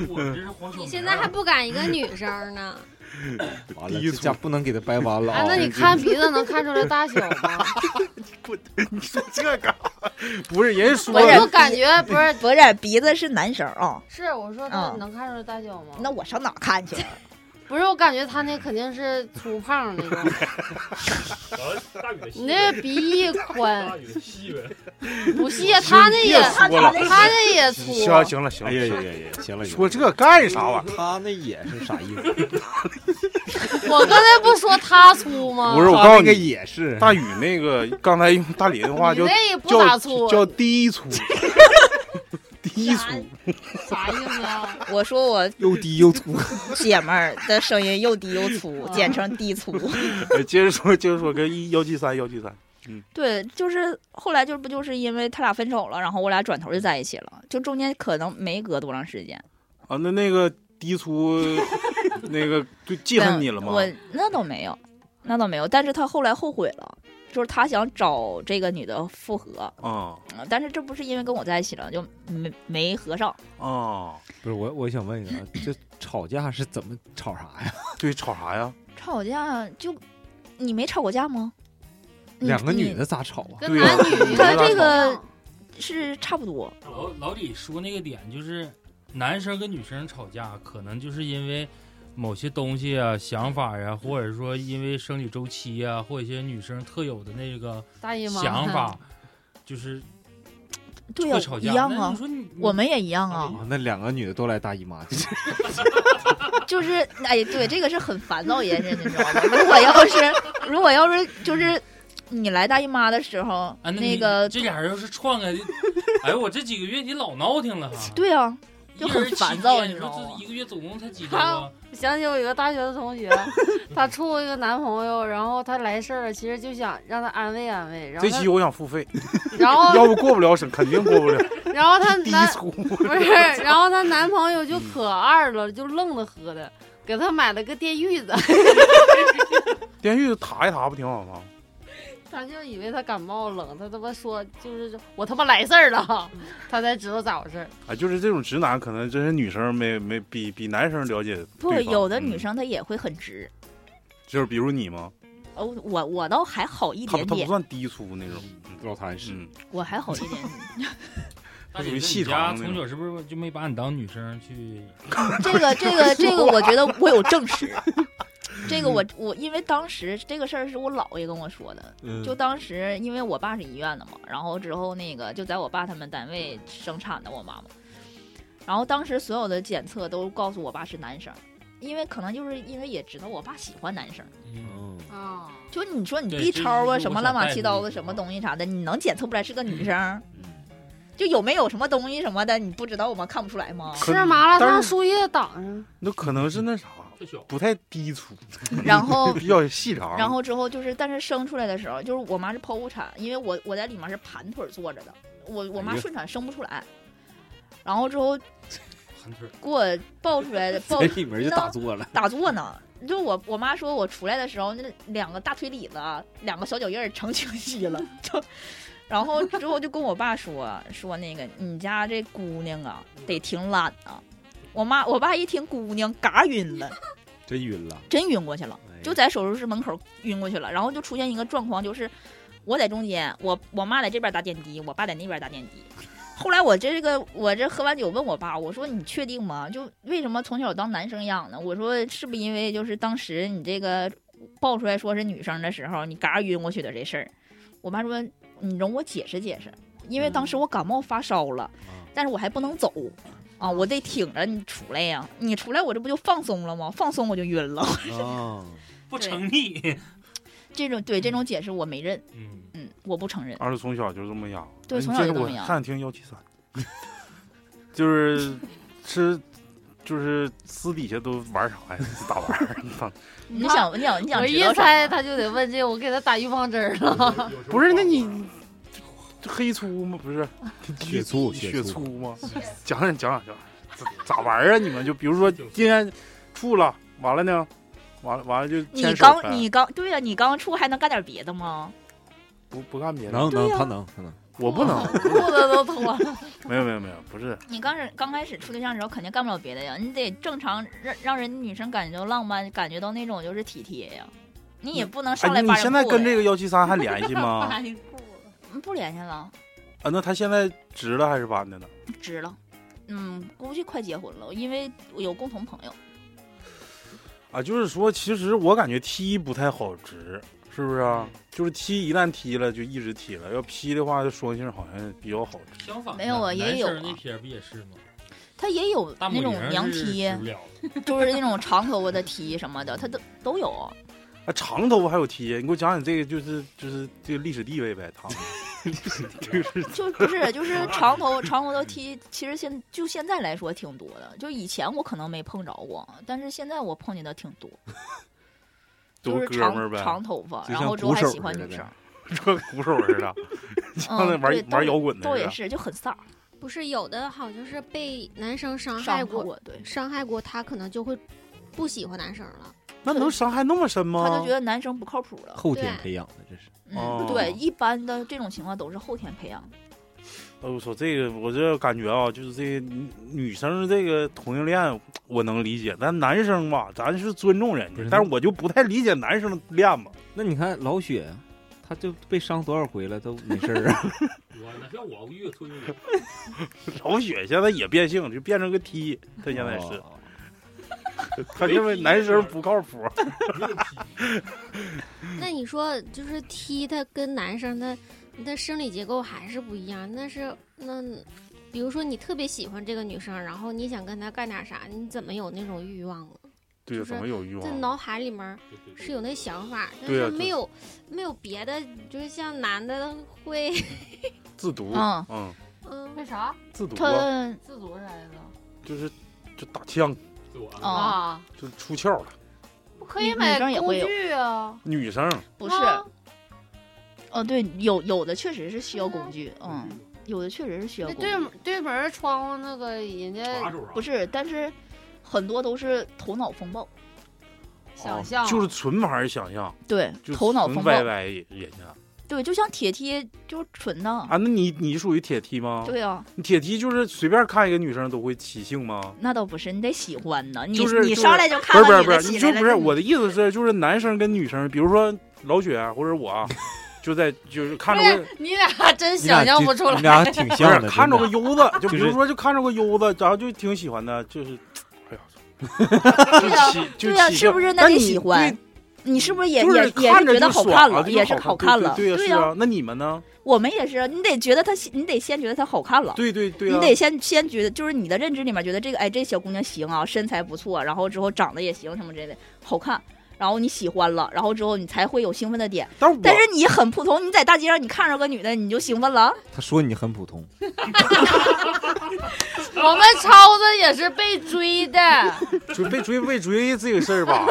我这是黄你现在还不敢一个女生呢？完了低这俗家不能给他掰弯了啊，那你看鼻子能看出来大小吗？你说这干啥？不是人家说不是我感觉不是，不是鼻子是男生啊、是我说他嗯能看出来大小吗？那我上哪看去？啊 不是，我感觉他那肯定是粗胖那种。完了大宇的啊你细那呗，鼻翼大宽，宇的细呗，不是他那也别说了，他那也粗。行行了行哎了，呀呀呀呀，行了，说这干啥玩意他那也是啥意思？我刚才不说他粗吗？不是我他告诉那个你，也是，大宇那个刚才用大理的话你叫那也不咋叫粗，啊叫低粗， 低粗啥，啥意思啊？我说我又低又粗。姐们儿的声音又低又 粗，啊简称低粗。哎接着说接着说，跟一幺七三幺七三，对，就是后来就是不就是因为他俩分手了，然后我俩转头就在一起了，就中间可能没隔多长时间。啊，那那个低粗，那个就记恨你了吗？ 我那倒没有，那倒没有。但是他后来后悔了，就是他想找这个女的复合，啊嗯但是这不是因为跟我在一起了，就没没合上。啊， 不是我，我想问一下，这吵架是怎么吵啥呀？对，吵啥呀？吵架就你没吵过架吗？嗯你两个你女的咋吵啊？跟对呀男女他这个是差不多，老老李说那个点就是，男生跟女生吵架，可能就是因为某些东西啊、想法呀、或者说因为生理周期呀、或者一些女生特有的那个大姨妈想法，就是对呀、会吵一架。样那你啊，说你我们也一样嗯啊。哦啊，那两个女的都来大姨妈，就是哎，对，这个是很烦躁一件事情，你知道吗？如果要是，如果要是就是你来大姨妈的时候，啊，那那你个这俩人要是撞开，哎呦，我这几个月你老闹挺了哈。对啊，就一很人七烦躁天你你知道说吗这一个月总共才几周他啊？想起我有个大学的同学，她处过一个男朋友，然后她来事儿了，其实就想让他安慰安慰，然后这期她我想付费，然要后不过不了审，肯定过不了。然后她低男粗，不是，然后她男朋友就可二了，就愣的喝的，给她买了个电褥子， 电锯塔一塔不挺好吗？她就以为她感冒冷，她他妈说就是我他妈来事儿了， 她才知道咋回事儿。啊，就是这种直男，可能真是女生没没比比男生了解对方。不，有的女嗯生她也会很直。就是比如你吗？哦，我我倒还好一他点他不点，算低粗那种，老谭是嗯，我还好一点 点。大姐属于你细家长的那从种小是不是就没把你当女生去？这个这个这个，我觉得我有证实。 这个我我因为当时这个事儿是我姥爷跟我说的，嗯就当时因为我爸是医院的嘛，然后之后那个就在我爸他们单位生产的我妈妈，然后当时所有的检测都告诉我爸是男生，因为可能就是因为也知道我爸喜欢男生，嗯，嗯，啊，就你说你对 B 这超就是啊，我什么想乱带八出七去糟的的什么啊东西啥的，你能检测不来是个女生？嗯就有没有什么东西什么的，你不知道我吗？看不出来吗？可吃麻辣但烫是树叶挡上，那可能是那啥，太小，不太低粗，然后 比较细长。然后之后就是，但是生出来的时候，就是我妈是剖腹产，因为我我在里面是盘腿坐着的，我我哎妈呀顺产生不出来，然后之后盘腿儿，给我抱出来的哦抱在哎里面就打坐了，打坐呢，就我我妈说我出来的时候那两个大腿里子啊，两个小脚印儿成清晰了， 就然后之后就跟我爸说说那个你家这姑娘啊得挺懒啊，我妈我爸一听姑娘嘎晕了，真晕了。真晕过去了。哎呀就在手术室门口晕过去了，然后就出现一个状况，就是我在中间，我我妈在这边打点滴，我爸在那边打点滴。后来我这个我这喝完酒问我爸，我说你确定吗？就为什么从小当男生养呢？我说是不是因为就是当时你这个爆出来说是女生的时候，你嘎晕过去的这事儿？我妈说你容我解释解释，因为当时我感冒发烧了，嗯啊但是我还不能走。啊，我得挺着你出来呀、你出来我这不就放松了吗？放松我就晕了。啊，不对成立。这种对这种解释我没认，嗯，嗯，我不承认。二是从小就这么养，对哎从小就这这么我养看听幺七三， 就是吃，就是私底下都玩啥呀？咋玩 儿？操你想，你想，你想我知一道猜啥吗？他就得问这，我给他打预防针儿了。有时候不是，忘了那你这黑粗吗？不 是，血粗血血粗粗吗？讲讲讲讲讲，咋咋玩儿啊？你们就比如说今天处了，完了呢，完了完了就你牵手呗刚你刚对呀、你刚处还能干点别的吗？不不干别的，能能，他能他能，我不能，哦裤子都脱了。没有没有没有，不是 你刚是刚开始处对象的时候肯定干不了别的呀，你得正常让让人女生感觉到浪漫，感觉到那种就是体贴呀。你也不能上哎，来你扒人现在裤跟子这呀个幺七三还联系吗？ 嗯不联系了，啊，那他现在直了还是弯的呢？值了。嗯，估计快结婚了，因为我有共同朋友。啊，就是说，其实我感觉踢不太好直，是不是啊？嗯就是踢一旦踢了就一直踢了，要劈的话，就双性好像比较好直。相反的，没有啊也有男生啊那撇儿不也是吗？他也有大那拇种指儿娘是踢吃，不了的就是那种长头发的踢什么的，他都都有啊。啊，长头发还有踢，你给我讲讲这个，就是就是这个历史地位呗， 他们就是就不是就是长头长头的踢，其实现就现在来说挺多的。就以前我可能没碰着过，但是现在我碰见的挺多，都就是是哥们儿长呗，长头发，就然像后之后鼓还手喜欢似的女呗 生，跟鼓手似的，像那嗯， 玩、对，都玩也摇滚的都似也的。是就很飒，不是有的好像是被男生伤害伤害过，我，啊对，伤害过他可能就会不喜欢男生了。那能伤害那么深吗？他就觉得男生不靠谱了。后天培养的这是。哦嗯，对，一般的这种情况都是后天培养的。哎，我操，这个我这感觉啊，就是这个女女生这个同性恋我能理解，但男生吧，咱是尊重人不家是，但是我就不太理解男生恋吧。那你看老雪，他就被伤多少回了都没事 儿啊？我那像我越推越老雪现在也变性，就变成个 T，她现在是，哦她认为男生不靠谱。越踢，嗯那你说，就是踢他跟男生的，的生理结构还是不一样。那是那，比如说你特别喜欢这个女生，然后你想跟她干点啥，你怎么有那种欲望啊？对，就是怎么有欲在望？啊脑海里面对对对是有那想法，但对啊是对没有、没有别的，就是像男的会，自毒，嗯嗯，嗯，啥？自毒啊，他自足啥意就是就打枪，自我安慰哦啊，就出窍了。不可以女买女生也工会有具啊？女生不是，啊哦，对，有有的确实是需要工具，嗯，有的确实是需要那工具。对啊门对门儿窗户那个人把家手啊，不是，但是很多都是头脑风暴，想啊象就是纯玩想象，对，就头脑纯风暴，歪歪人家对，就像铁梯就是纯的，啊。那你你属于铁 T 吗？对啊，你铁 T 就是随便看一个女生都会起性吗？那倒不是，你得喜欢呢，你、就是你就是上来就不看是不是到女不的是，你起就来不是我的意思是，就是男生跟女生，比如说老雪啊或者我 啊，就在就是看着个你俩真你 想俩象就不出来你。俩挺不是像的，看着真个的优子， 就比就如是说就看着个优子，然后就挺喜欢的，就是，哎呀，对呀、就起就 对呀、啊起是不是？是？那但得你喜欢对，你是不是也就也也看是着觉得就好爽看啊了，就也是是好好看了？对对呀是呀、啊。那你们呢？我们也是，你得觉得她，你得先觉得她好看了。对对对你啊，得先先觉得，就是你的认知里面觉得这个，哎，这小姑娘行啊，身材不错，然后之后长得也行，什么之类的，好看，然后你喜欢了，然后之后你才会有兴奋的点。但是我但是你很普通，你在大街上你看着个女的，你就兴奋了。他说你很普通，我们超子也是被追的，追被追被追这个事 儿吧，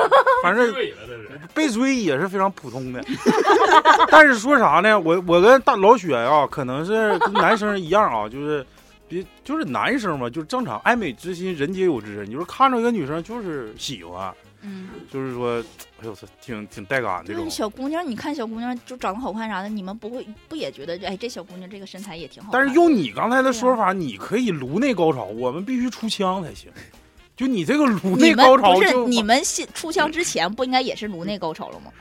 反正对了，这是被追也是非常普通的。 但是说啥呢？我我跟大老雪啊，可能是跟男生一样啊， 就是别就是男生嘛，就是正常爱美之心，人皆有之。你说看着一个女生就是喜欢，嗯，就是说，哎呦我操，挺挺带感这就种是。小姑娘，你看小姑娘就长得好看啥的，你们不会不也觉得，哎，这小姑娘这个身材也挺好看但的。是用你刚才的说啊法，你可以颅内高潮，我们必须出枪才行。就你这个颅你内们高潮不是就，你们先出枪之前不应该也是颅内高潮了吗？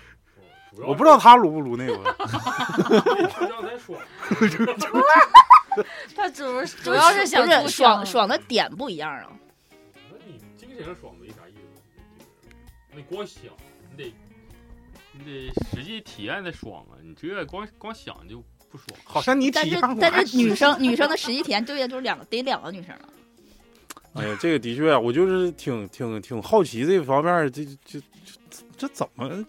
主要我不知道他颅不颅内吧。是刚才爽，他主主要是想不是出爽香爽的点不一样啊。 那你精神上爽没啥意思，那光想你得你得实际体验的爽啊，你这光光想就不爽。好像你但体是验过。但是女生 女生的实际体验对呀，就是两个得两个女生了。哎呀，这个的确，我就是挺挺挺好奇这方面儿，这这这这怎么，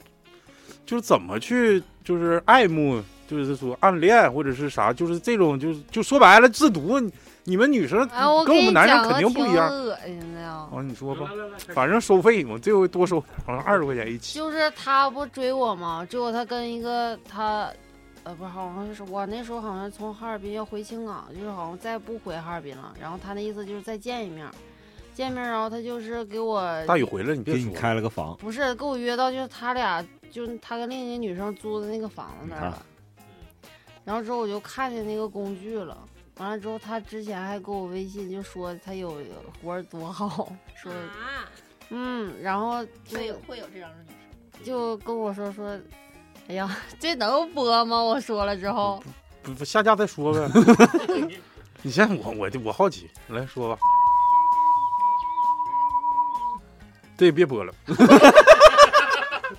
就是怎么去，就是爱慕，就是说暗恋或者是啥，就是这种，就是就说白了制毒，你你们女啊生哎，我跟我们给你男生讲肯个定不一挺样恶心的呀。啊，你说吧来，来来，开始反正收费嘛，这回多收好像二十块钱一期。就是他不追我吗？追我，他跟一个他，呃，不是，好像是我那时候好像从哈尔滨要回青港，就是好像再不回哈尔滨了。然后他那意思就是再见一面，见面，然后他就是给我大宇回来，你别给说你了开了个房，不是给我约到，就是他俩，就是他跟另一个女生租的那个房子那儿你看啊了。然后之后我就看见那个工具了，完了之后他之前还给我微信就说他有活儿多好，说啊，嗯，然后就会有这样的女生。就跟我说说，哎呀，这能播吗？我说了之后，不不下架再说呗。你现在我我我好奇，来说吧。这别播了，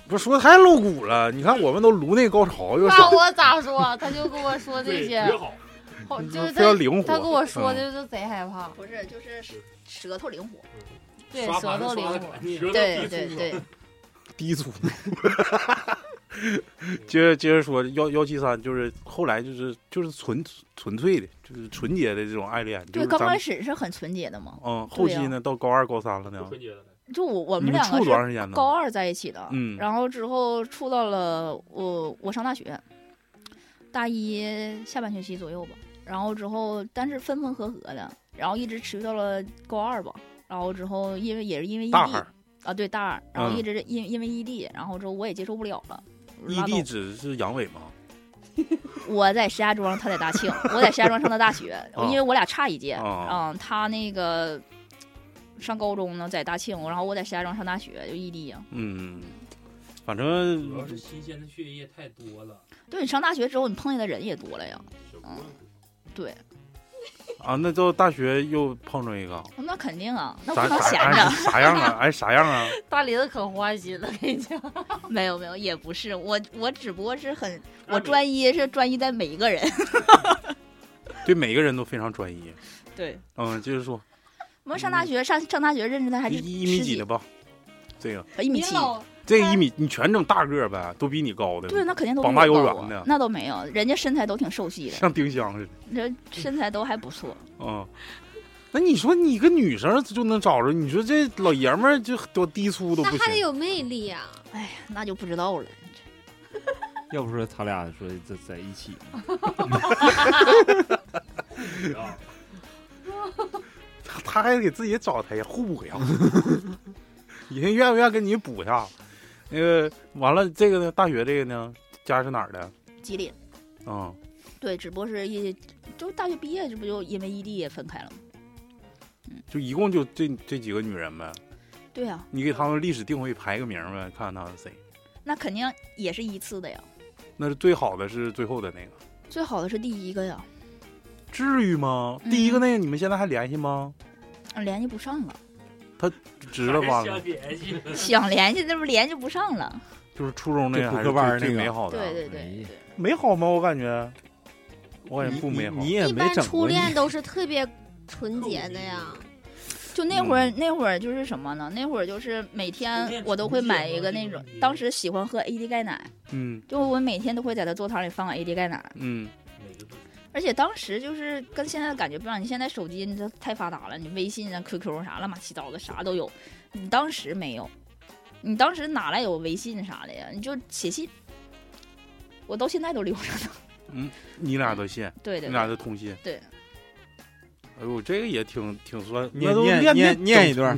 不是说太露骨了。你看我们都颅内高潮又那爽，我咋说？啊他就跟我说这对些，约好，后你就是非要他灵活。他跟我说嗯的就贼害怕，不是，就是舌头灵活。对，嗯刷舌盘子头灵刷活得。赶紧舌头对皮对粗对，低俗。 接着接着说幺幺七三，就是后来就是就是纯纯粹的，就是纯洁的这种爱恋。就对，是刚咱开们始是很纯洁的嘛。嗯，后期呢到高二高三了不呢，纯洁的，就我我你们们两处个多长是时间呢？高二在一起的，嗯然后之后处到了我我上大学，大一下半学期左右吧。然后之后，但是分分合合的，然后一直持续到了高二吧。然后之后，因为也是因为异大地二啊，对大二，然后嗯一直因、因为异地，然后之后我也接受不了了。异拉地倒只是阳痿吗？我在石家庄，他在大庆。我在石家庄上的大学， 哦因为我俩差一届。哦嗯，他那个上高中呢，在大庆，然后我在石家庄上大学，就异地啊呀。嗯，反主要是正新鲜的血液太多了。对你上大学之后，你碰见的人也多了呀。小姑嗯娘，对，啊，那到大学又碰上一个，那肯定啊，那咋不能咋闲哎着。啥样啊？哎啥样啊？大林子可花心了，跟你讲， 没有没有，也不是我，我只不过是很我那你专一，是专一在每一个人。对每个人都非常专一。对，嗯，接着说，我们上大学上上大学认识的还是嗯一一米十几的吧？这个啊一米七。这一米，你全整大个儿呗，都比你高的。对，那肯定都膀比大我腰高圆啊的那倒没有，人家身材都挺瘦细的，像丁香似的。人家身材都还不错。嗯，那你说你一个女生就能找着，你说这老爷们儿就多低俗都那不还得行。有魅力呀、啊。哎呀，那就不知道了。要不说他俩说在在一起，啊，他他还给自己找他呀，互补呀。 人愿不愿意跟你补一下？那个完了，这个呢，大学这个呢，家是哪儿的？吉林，嗯，对，只不过是一就大学毕业，这不就因为异地也分开了吗？就一共就这这几个女人呗。对啊呀、你给他们历史定位排个名呗，看看他是谁。那肯定也是依次的呀。那是最好的，是最后的那个。最好的是第一个呀，至于吗？嗯第一个那个你们现在还联系吗？联系不上了，啊值了吧？想联系， 想联系那不联系不上了。就是初中那个就补还课是最班儿最那个美好的啊，对对哎对对，美好吗？我感觉，我感觉不美好。你也一没般整初过恋都是特别纯洁的呀。就那会儿，那会儿就是什么呢？那会儿就是每天我都会买一个那种，当时喜欢喝 AD 钙奶，嗯就我每天都会在他座堂里放 AD 钙奶，嗯，而且当时就是跟现在的感觉不一样，你现在手机你这太发达了，你微信啊、QQ 啥乱七八糟的啥都有，你当时没有，你当时哪来有微信啥的呀？你就写信，我到现在都留着呢。你俩都信，对你对俩对都通信。对，哎呦，这个也挺挺酸，念那都念念念一段，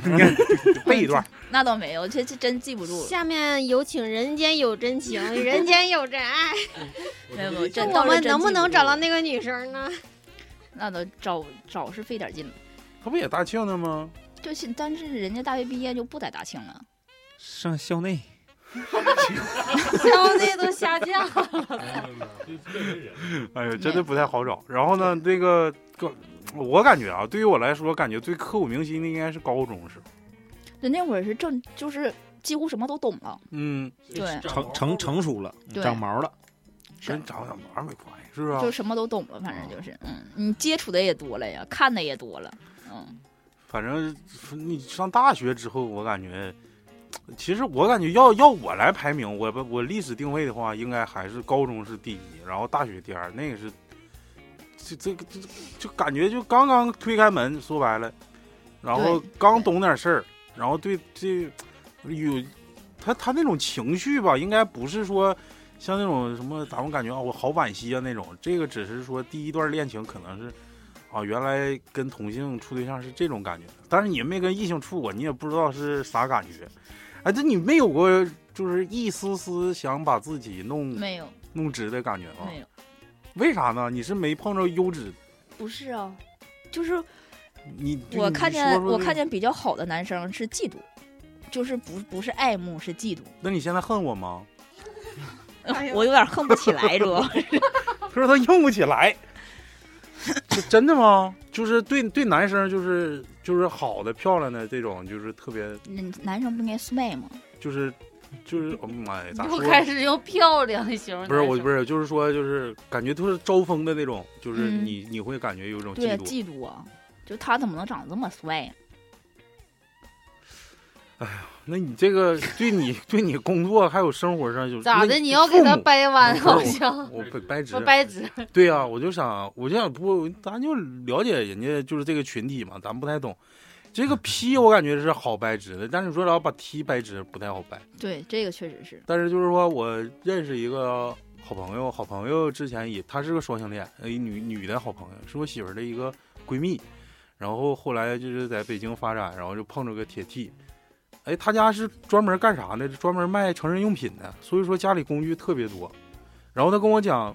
背一段。那倒没有，这这真记不住了。下面有请人间有真情，人间有真爱。没有没有，那真我们能不能找到那那个女生呢？那都找找是费点劲了。他不也大庆的吗？就现，但是人家大学毕业就不在大庆了。 上校内消费都下降了。 嗯哎呦，真的不太好找。然后呢，这个个，我感觉啊，对于我来说，感觉最刻骨铭心的应该是高中时候。人那会儿是正，就是几乎什么都懂了。嗯，对 成成成熟了，对长毛了，跟长长毛没关系，是不是啊就？什么都懂了，反正就是，嗯，你接触的也多了呀，看的也多了，嗯，反正你上大学之后，我感觉，其实我感觉要要我来排名，我不我历史定位的话，应该还是高中是第一，然后大学第二，那个是，这这个这就感觉就刚刚推开门，说白了，然后对刚懂点事儿，然后对这有他他那种情绪吧，应该不是说。像那种什么，咱们感觉啊，我好惋惜啊那种，这个只是说第一段恋情可能是啊，原来跟同性处对象是这种感觉，但是你没跟异性处过，你也不知道是啥感觉。哎，这你没有过就是一丝丝想把自己弄没有弄直的感觉吗？没有，为啥呢？你是没碰着优质， 不是啊，就是你我看见我看，你说说这见比较好的男生是嫉妒，就是不不是爱慕是嫉妒，那你现在恨我吗？我有点恨不起 来，主要他说他硬不起来， 是真的吗？就是对对男生就是就是好的漂亮的这种就是特别嗯男生不应该帅吗？就是就是，哦妈呀，咋又说？开始用漂亮形容男生，不是我，不是，就是说，就是感觉都是招风的那种，就是嗯你、你会感觉有一种对嫉啊，妒。嫉妒啊，就他怎么能长得这么帅啊呀？那你这个对你对你工作还有生活上就是咋那的？你要给他父母掰弯，不是好我像我掰掰直我，掰直。对呀、我就想，我就想不，咱就了解人家就是这个群体嘛，咱不太懂。这个 P 我感觉是好掰直的，但是你说要把 T 掰直不太好掰。对，这个确实是，但是就是说我认识一个好朋友，好朋友之前也她是个双性恋，呃，一女女的好朋友，是我媳妇儿的一个闺蜜，然后后来就是在北京发展，然后就碰着个铁 T，哎，他家是专门干啥的？专门卖成人用品的，所以说家里工具特别多。然后他跟我讲，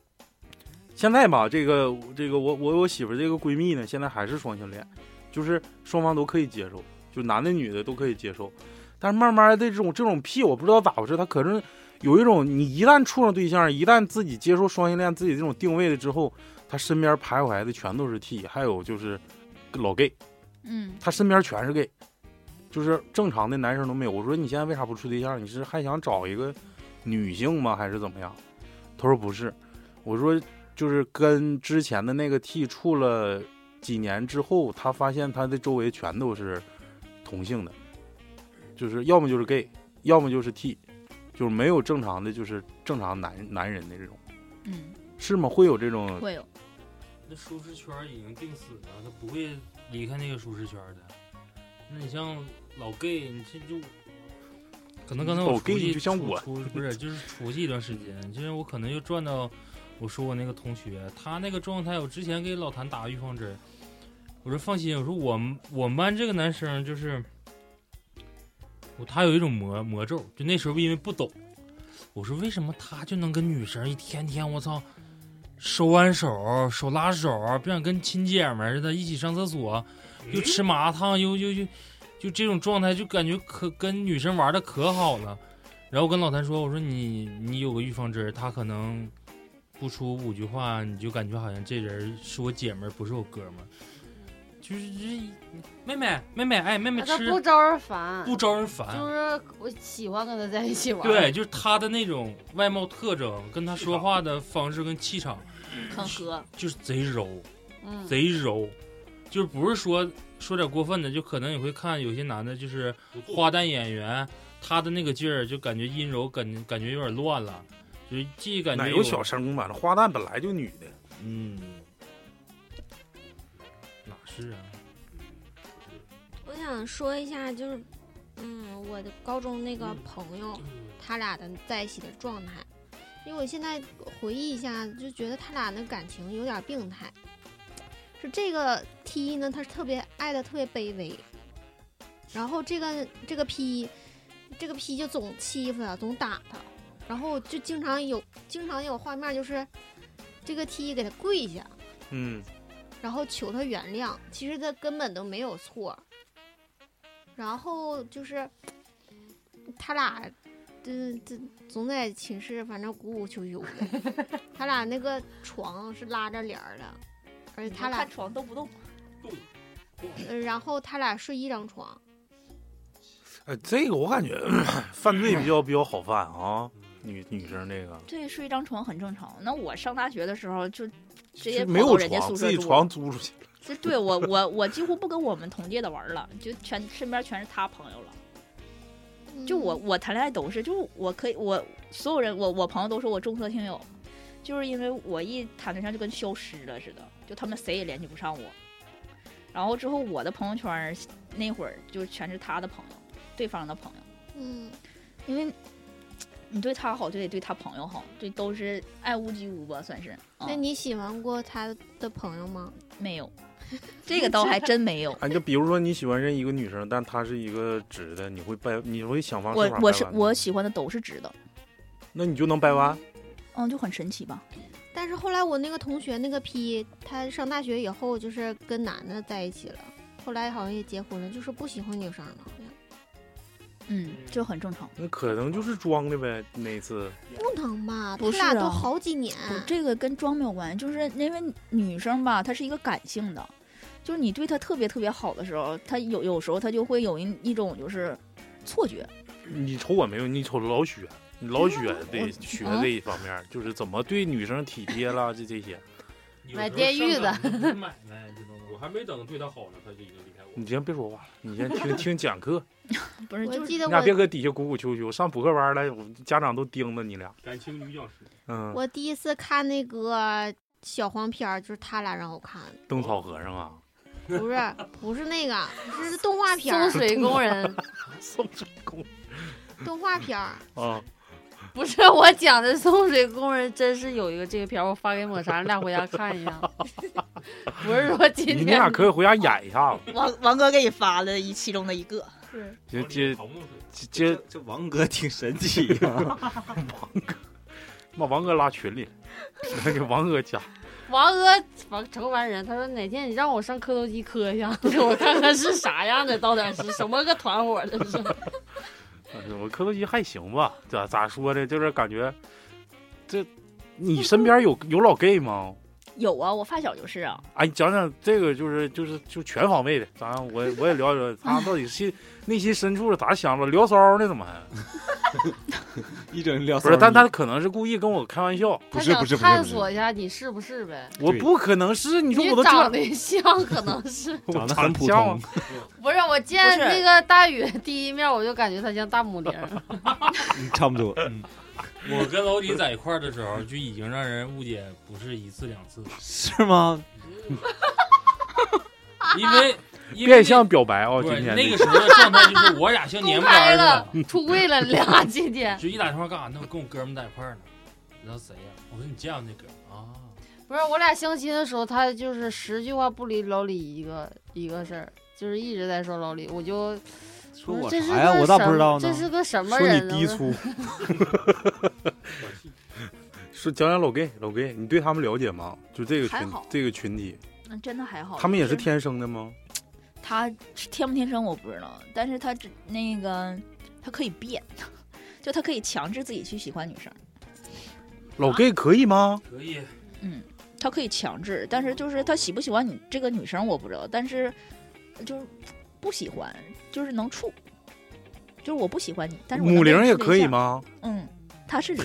现在吧，这个这个我我我媳妇儿这个闺蜜呢，现在还是双性恋，就是双方都可以接受，就男的女的都可以接受。但是慢慢的这种这种癖，我不知道咋回事，他可能有一种你一旦处上对象，一旦自己接受双性恋自己这种定位了之后，他身边徘徊的全都是 T，还有就是老 gay，嗯，他身边全是 gay，就是正常的男生都没有。我说你现在为啥不处对象？你是还想找一个女性吗？还是怎么样？他说不是，我说就是跟之前的那个 T 处了几年之后，他发现他的周围全都是同性的，就是要么就是 gay，要么就是 T，就是没有正常的，就是正常男男人的这种，嗯，是吗？会有这种会有，那舒适圈已经定死了，他不会离开那个舒适圈的。那你像老 gay，你这就可能刚才我老 gay 出去就像出我出不是就是出去一段时间，就是我可能又转到我说我那个同学，他那个状态，我之前给老谭打预防针儿，我说放心，我说我们我们班这个男生就是，我他有一种魔魔咒，就那时候因为不懂，我说为什么他就能跟女生一天天我操。手挽手，手拉手，啊不想跟亲姐们儿似的，一起上厕所，又吃麻辣烫，又又又就这种状态，就感觉可跟女生玩的可好了。然后我跟老谭说，我说你你有个预防针儿，他可能不出五句话，你就感觉好像这人是我姐们儿，不是我哥们儿。就是这妹妹妹妹哎妹妹他吃不招人烦，不招人烦，就是我喜欢跟他在一起玩。对，，就是他的那种外貌特征，跟他说话的方式跟气场，很合，就是贼柔，嗯，贼柔，就是不是说说点过分的，就可能你会看有些男的，就是花旦演员，他的那个劲儿就感觉阴柔，感感觉有点乱了，就是既感哪觉有小生嘛？那花旦本来就女的，嗯，哪是啊？我想说一下，就是，嗯，我的高中那个朋友，他俩的在一起的状态，因为我现在回忆一下，就觉得他俩的感情有点病态。是这个 T 呢，他是特别爱的特别卑微，然后这个这个 P，这个 P 就总欺负他，总打他，然后就经常有经常有画面就是，这个 T 给他跪下，嗯，然后求他原谅。其实他根本都没有错。然后就是他俩，这这总在寝室，反正鼓鼓秋秋的。他俩那个床是拉着帘儿的，而且他俩看，床动不动，呃然后他俩睡一张床。哎，这个我感觉 犯罪比较比较好犯啊，女女生这个对，睡一张床很正常。那我上大学的时候就直接就跑没有到人家床，宿舍自己住床租出去。 就对我我我几乎不跟我们同届的玩儿了，就全身边全是他朋友了。嗯就我我谈恋爱都是，就是我可以我所有人我我朋友都说我重色轻友，就是因为我一谈对象就跟消失了似的，就他们谁也联系不上我。然后之后我的朋友圈儿那会儿就全是他的朋友，对方的朋友，嗯，因为你对他好就得对他朋友好，这都是爱屋及乌吧，算是。嗯、那你喜欢过他的朋友吗？没 有，这个倒还真 没有。哎，就比如说你喜欢上一个女生，但她是一个直的，你会掰，你会想方我设法我掰是弯我她喜欢的都是直的，那你就能掰弯。嗯，就很神奇吧？但是后来我那个同学那个 P，他上大学以后就是跟男的在一起了，后来好像也结婚了，就是不喜欢女生了，好像嗯，这很正常。那可能就是装的呗，那次不能吧？不他是俩都啊好几年，不，这个跟装没有关系，就是因为女生吧，她是一个感性的，就是你对她特别特别好的时候，她有有时候她就会有一一种就是错觉，你瞅我没有，你瞅老许，你老许得我学啊这一方面，就是怎么对女生体贴啦，这这些。买电狱的，买卖这种我还没等对他好呢，他就已经离开我你嗯了。先别说话了，你先听听讲课，不是我就是记得你俩别我搁底下鼓鼓秋秋，上补课班来，我家长都盯着你俩。感情女讲师，嗯，我第一次看那个小黄片儿，就是他俩让我看的，灯草和尚啊，不 是不是那个，是动画片送儿，水工人送水工动画 片儿，啊， 不是我讲的送水工人，真是有一个这个片儿，我发给抹茶，你俩回家看一下。 不是说今你天你俩可以回家演一下子。王王哥给你发了一其中的一个， 接接扛不住水接，这王哥挺神奇呀、把王哥拉群里 了，给王哥加。王哥王成完人，他说哪天你让我上磕头机磕一下， 我看看是啥样的，到底是什么个团伙这是？哎我磕头机还行吧，咋咋说的，就是感觉这你身边有有老 gay 吗？有啊，我发小就是啊，哎，你讲讲这个，就是就是就全方位的，咱我我也了 解他到底心内心深处是咋想的，聊骚呢怎么还？ 一整聊不是，但他可能是故意跟我开玩笑，不他是想不是不探是索一下你是不是呗？我对不可能是你说你我都这长样，得像，可能是我长啊得长很普像吗通， 不是？我见不是那个大宇第一面，我就感觉他像大母零儿，嗯 差不多。嗯， 我跟老李在一块儿的时候，就已经让人误解不是一次两 次， 是吗？因为因为变相表白啊！不今是天那个时候的状态，就是我俩像公年不干开似的了，，出柜了俩今天。就一打电话干啥呢？我跟我哥们在一块儿呢，你知道谁呀、我说你见过那哥们儿哦啊？不是我俩相亲的时候，他就是十句话不离老李一个一个事儿，就是一直在说老李，我就说不是我这是啥呀？个我咋什不知么道这？呢是个什么说人你呢？低我说粗，短信说讲讲老 gay，老 gay，你对他们了解吗？就这个群还好这个群体，那真的还好。啊他们也是就天生的吗？他天不天生我不知道，但是他只那个他可以变， 就他可以强制自己去喜欢女生。老 gay 可以吗？可以，嗯，他可以强制，但嗯是就是他喜不喜欢你这个女生我不知道，但是就是不喜欢，就是能处，就是我不喜欢你，但是我能母跟零你也处对可以象？吗？嗯，他是零，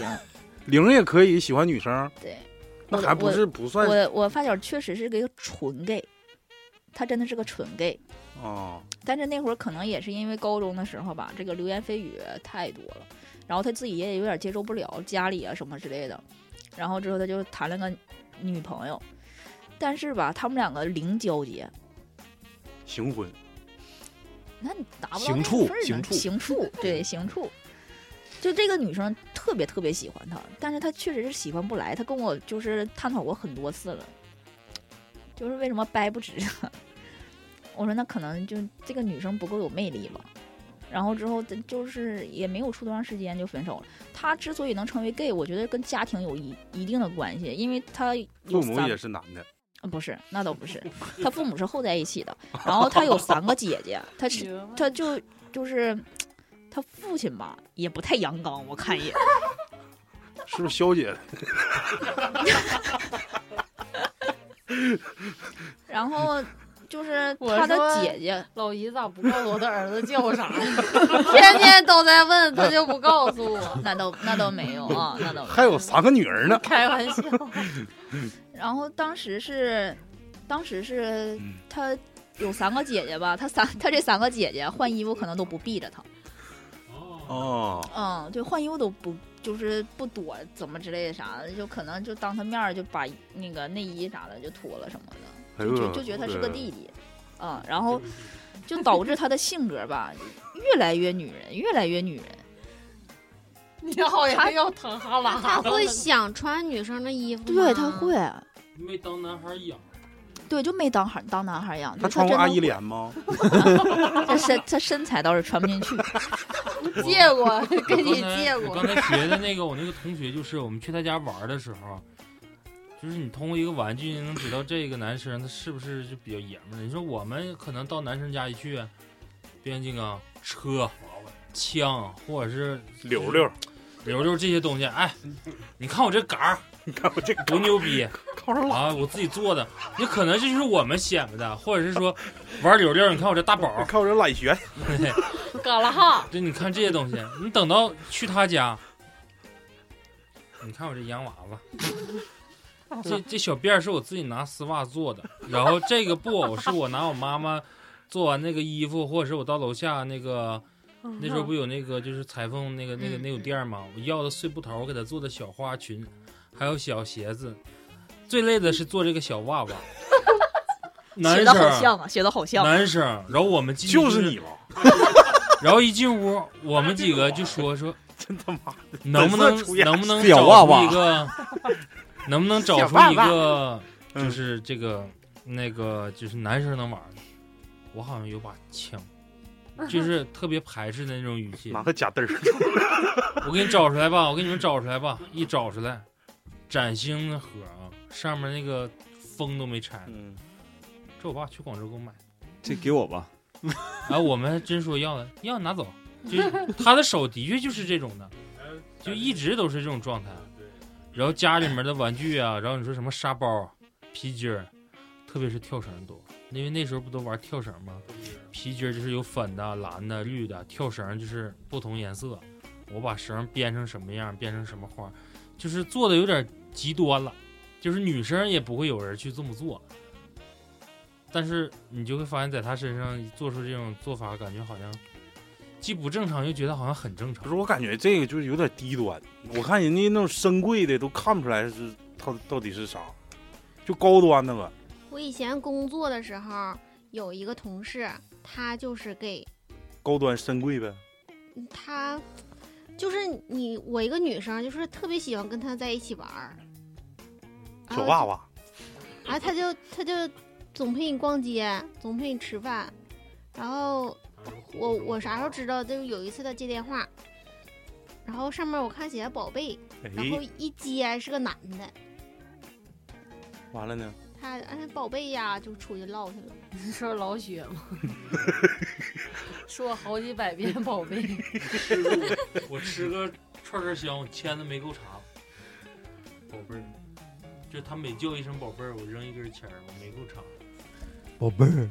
零也可以喜欢女生，对那我还不我是不算我我发小确实是个一个纯 gay，他真的是个纯 gay，啊？但是那会儿可能也是因为高中的时候吧，这个流言蜚语太多了，然后他自己也有点接受不了家里啊什么之类的，然后之后他就谈了个女朋友，但是吧，他们两个零交接，行婚那你达不到行那个处份儿行呢处 行处，对，行处。就这个女生特别特别喜欢他，但是他确实是喜欢不来。他跟我就是探讨过很多次了，就是为什么掰不直啊？ 我说那可能就这个女生不够有魅力吧。然后之后他就是也没有处多长时间就分手了。他之所以能成为 gay，我觉得跟家庭有一一定的关系，因为他有父母三也是男的，呃不是，那倒 不是，他父母是后在一起的。然后他有三个姐姐，他是他就就是他父亲吧，也不太阳刚，我看一眼。是不是肖姐？ 然后 就是我他的说姐姐，老姨咋不告诉我他儿子叫啥？ 天天都在问，他就不告诉我。 那 倒那倒没有啊，那倒没有还有三个女 儿呢？开玩笑，然后当时是，当时是嗯他有三个姐姐吧，他三他这三个姐姐换衣服可能都不避着他，哦，哦，嗯，对，换衣服都不就是不躲怎么之类的啥的，就可能就当他面儿就把那个内衣啥的就脱了什么的。哎就呦就就觉得他是个弟弟，嗯，然后就导致他的性格吧，越来越女人，越来越女人。你好像要淌哈喇他会子。想穿女生的衣服吗？对，他会，啊没当男孩养，对，就没当孩当男孩一样。他就穿过真阿的姨会，脸吗？他身他身材倒是穿不进去。借过，跟我你刚才借我过刚。才学的那个，我那个同学就是我们去他家玩的时候，就是你通过一个玩具你能知道这个男生他是不是就比较爷们儿。你说我们可能到男生家一去，变形金刚、车、枪或者是柳 柳，比如就是这些东西，哎，你看我这杆儿你看我这多牛逼靠上了，啊！我自己做的，你可能这就是我们显摆的，或者是说玩溜溜，你看我这大宝你，看我这懒学，嘎啦哈， 对，你看这些东西，你等到去他家，你看我这洋娃娃，这这小辫儿是我自己拿丝袜做的，然后这个布偶是我拿我妈妈做完那个衣服，或者是我到楼下那个那时候不有那个就是裁缝那个那个那种店儿吗？我要的碎布头，我给她做的小花裙，还有小鞋子，最累的是做这个小袜袜。男学的好生，像啊，学的好像。男生，然后我们进 去就是你了，然后一进屋，我们几个 就说说， 真他妈的能不本色出能演能不能小找娃出娃一 个，能不能找出一个，就是嗯这个那个就是男生能玩的？我好像有把枪，就是特别排斥的那种语气拿。个假嘚儿，我给你找出来吧，我给你们找出来吧，一找出来，崭新的盒啊，上面那个封都没拆，嗯，这我爸去广州给我买的。 这给我吧，啊，我们还真说要了，要拿走，就是他的手的确就是这种的，就一直都是这种状态。然后家里面的玩具啊，然后你说什么沙包、皮筋儿，特别是跳绳多，因为那时候不都玩跳绳吗？皮筋儿就是有粉的、蓝的、绿的，跳绳就是不同颜色。我把绳编成什么样，编成什么花，就是做的有点极端了，就是女生也不会有人去这么做。但是你就会发现，在他身上做出这种做法，感觉好像既不正常，又觉得好像很正不常是，。我感觉这个就是有点低端，我看人家那种深贵的都看不出来是他到底是啥，就高端的了，我以前工作的时候有一个同事，他就是 gay，高端深贵呗，啊他就是你我一个女生，就是特别喜欢跟他在一起玩儿，啊然小后娃娃，然后他就他就总陪你逛街，总陪你吃饭，然后我我啥时候知道？就是有一次他接电话，然后上面我看写着宝贝，然后哎，一接是个男的，完了 呢，他哎宝贝呀就出去唠去了。你说老雪 吗？说好几百遍宝贝，我吃个串串香，我签的没够长，宝贝儿，就他每叫一声宝贝儿，我扔一根签儿，我没够长。 宝贝儿，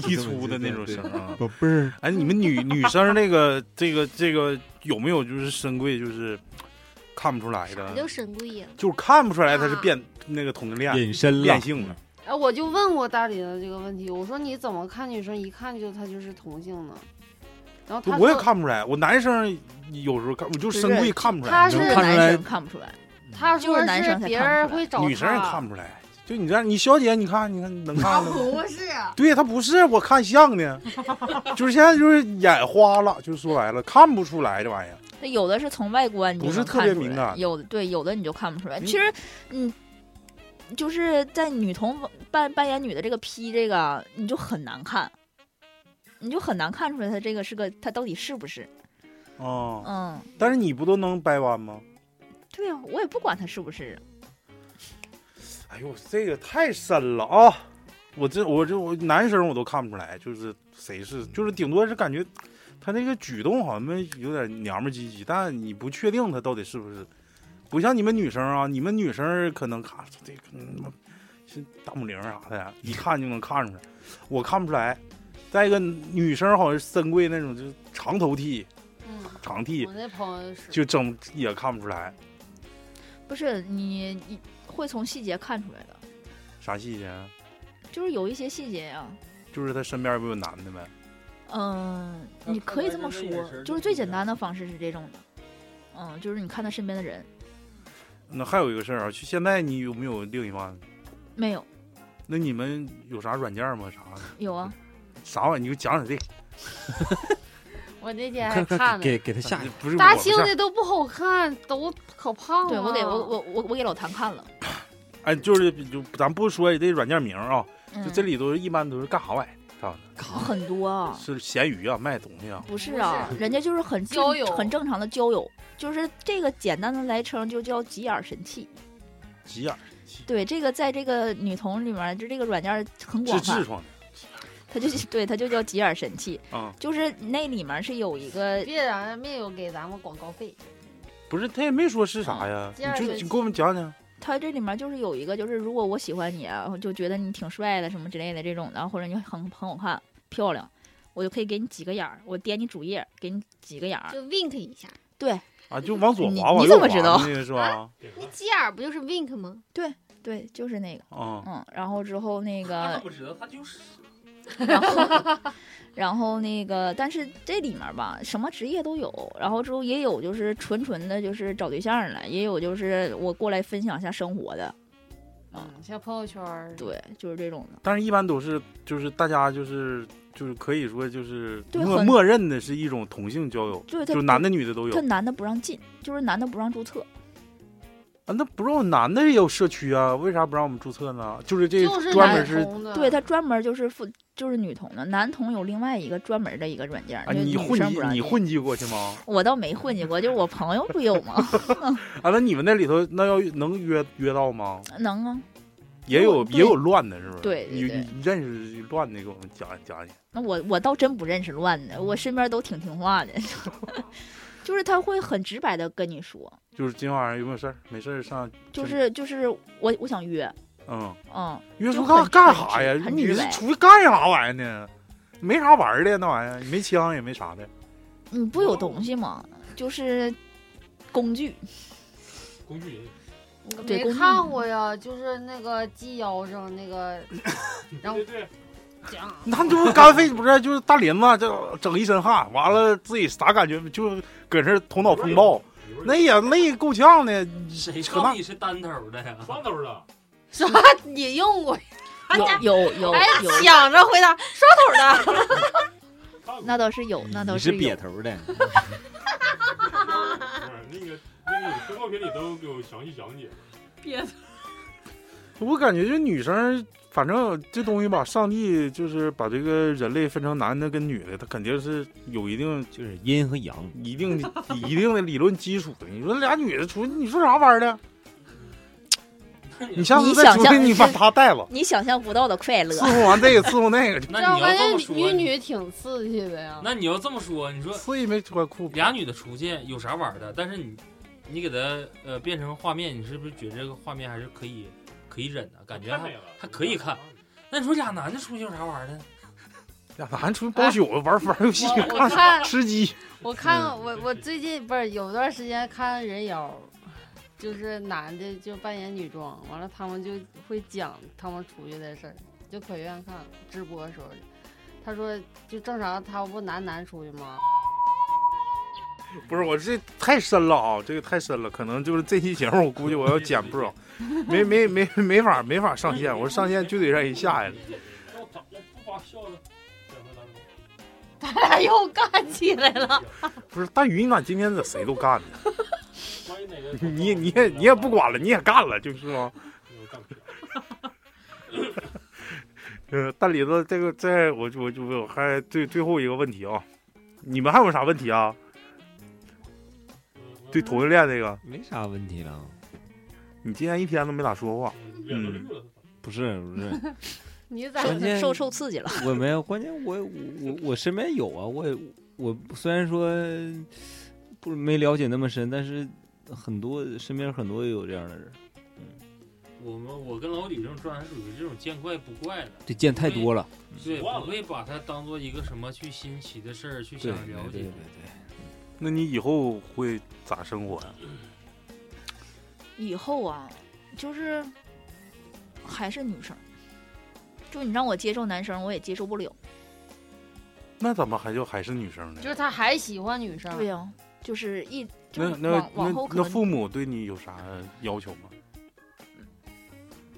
低粗的那种声啊。宝贝 儿，哎，你们女女生那个这个这个有没有就是深贵就是看不出来啥的叫，啊神不隐？就是看不出来她是变那个同性恋隐身了变，性了。哎，我就问过大林的这个问题，我说你怎么看女生一看就她就是同性呢？然后他我也说看不出来，我男生有时候看，我就深就是贵看不出他来，就是是看出男来生看不出来，他就说是男生才别看不人出来会找女生也他看不出来。就你这样，你小姐，你看，你看能看吗？是，啊对他不是，我看像 呢，就是现在就是眼花了，就说白了，看不出来这玩意儿。那有的是从外观你就不是能特看别出来敏感有的对有的你就看不出来。嗯其实，嗯，就是在女童扮扮演女的这个 P 这个，你就很难看，你就很难看出来她这个是个她到底是不是。哦、嗯，但是你不都能掰弯吗？对呀、我也不管她是不是。哎呦，这个太深了啊！我这我这我男生我都看不出来，就是谁是，就是顶多是感觉他那个举动好像有点娘们唧唧，但你不确定他到底是不是，不像你们女生啊，你们女生可能看这个嗯是大母零啥的，一看就能看出来，我看不出来。再一个，女生好像是深柜那种，就是长头剃、嗯，长剃我，那朋友是就整也看不出来不是你你会从细节看出来的，啥细节啊，就是有一些细节呀、就是他身边有没有男的呗。嗯，你可以这么说，就是最简单的方式是这种的。嗯，就是你看他身边的人那还有一个事儿啊，就现在你有没有另一半？没有那你们有啥软件吗？啥的有啊，啥玩意儿？你就讲讲这个。我那天还快快看呢，给 给他下一个，不是大我不庆是的都不好看，都可胖了。对我给我我我我给老谭看了，哎，就是就咱不说这软件名啊，嗯、就这里都是一般都是干啥玩意儿？啥玩意儿很多啊，是咸鱼啊，卖东西啊。不是啊不，人家就是很正交友很正常的交友，就是这个简单的来称就叫急眼神器。急眼儿对，这个在这个女童里面，就这个软件很治广痔泛，疮它就对它就叫急眼神器，的啊，就是那里面是有一个必然没有给咱们广告费，不是他也没说是啥嗯呀，急眼儿你就神你给我们讲讲。它这里面就是有一个，就是如果我喜欢你啊，我就觉得你挺帅的什么之类的这种的，或者你很很好看、漂亮，我就可以给你几个眼儿，我点你主页给你几个眼儿。就 wink 一下，啊，就往左你滑，往你右怎滑么知道啊那个是吧？那鸡眼儿不就是 wink 吗？对，就是那个，啊，嗯，然后之后那他个，不知道，他就是然后 然后那个，但是这里面吧，什么职业都有，然后之后也有就是纯纯的，就是找对象的，也有就是我过来分享一下生活的，嗯，嗯，像朋友圈儿，对，就是这种的，但是一般都是就是大家就是就是可以说就是对默很默认的是一种同性交友，对，就是他男的女的都有他。男的不让进，就是男的不让注册，啊，那不让男的也有社区啊？为啥不让我们注册呢？就是这就是专男门是同的，对，它专门就是负就是女童的，男童有另外一个专门的一个软件儿，啊，就是你女混生不迹让你进。混迹过去吗？我倒没混进过，就是我朋友不有吗？ 啊，那你们那里头那要能约约到吗？能啊，也有对也有乱的，是不是？对对你对你认识乱的，给我们讲一讲一讲。那我我倒真不认识乱的，我身边都挺听话的， 就是他会很直白的跟你说，就是今晚上有没有事儿？没事儿上，就是就是我我想约，嗯，嗯，约束就很干干很啥呀直？很你直是白出去干啥玩意儿呢？没啥玩儿的那玩意儿，没枪也没啥的。你不哦有东西吗？就是工具，工具人，我对没公看益过呀，就是那个鸡腰上那个然后对对，讲，那这不干废不是？ 就是大林子，这整一身汗，完了自己啥感觉？就搁这儿头脑风暴，那也累够呛的。谁扯淡告你是单头的呀？双头的，啥你用过呀？有有有哎有，，想着回答双头的， 那倒是有，那倒你是有瘪。头的，那个那个通告片里都有详细讲解。别我感觉这女生，反正这东西吧，上帝就是把这个人类分成男的跟女的，他肯定是有一定、 就是阴和阳，一定、一定的理论基础的。你说俩女的出去，你说啥玩意儿的？你下次你再想出去，象你把她带了，你想象不到的快乐伺，候完这个，伺候那个，那让你我感要这么觉说，女女挺刺激的呀。那你要这么说，你说 所以没穿裤。俩女的出去有啥玩的？但是你你给它呃变成画面，你是不是觉得这个画面还是可以可以忍的？感觉太还美了还可以看。那你说俩男的出去有啥玩儿的？俩男出去包宿玩玩游戏， 我我看看吃鸡，我看嗯我我最近不是有段时间看人妖，就是男的就扮演女装，完了他们就会讲他们出去的事儿，就可愿看直播的时候，他说就正常他不男男出去吗？不是我这太深了啊，这个太深了，可能就是这期节目我估计我要剪不了，没没没没法没法上线，我上线就得让人下来了。要咋要不把笑的讲到当中他俩又干起来了，不是大鱼，你咋今天咋谁都干呢？ 万一哪个你也你也你也不管了，你也干了，就是吗？我干不了呃，大李子，这个在我我就我还最最后一个问题啊，你们还有啥问题啊？对同性恋这个，没啥问题了。你今天一天都没咋说话，嗯脸都绿了，不是不是，你咋？关键受受刺激了，我没有，关键我我我我身边有啊，我也我虽然说不没了解那么深，但是很多身边很多有这样的人，我们我跟老李这种状态属于这种见怪不怪的，这见太多了。对，忘不了会把它当做一个什么去新奇的事儿去想对了对解对对。那你以后会咋生活呀、以后啊，就是还是女生，就你让我接受男生，我也接受不了。那怎么还就还是女生呢就？是他还喜欢女生，对呀、就是一就是那往那往后那可那能父母对你有啥要求 吗？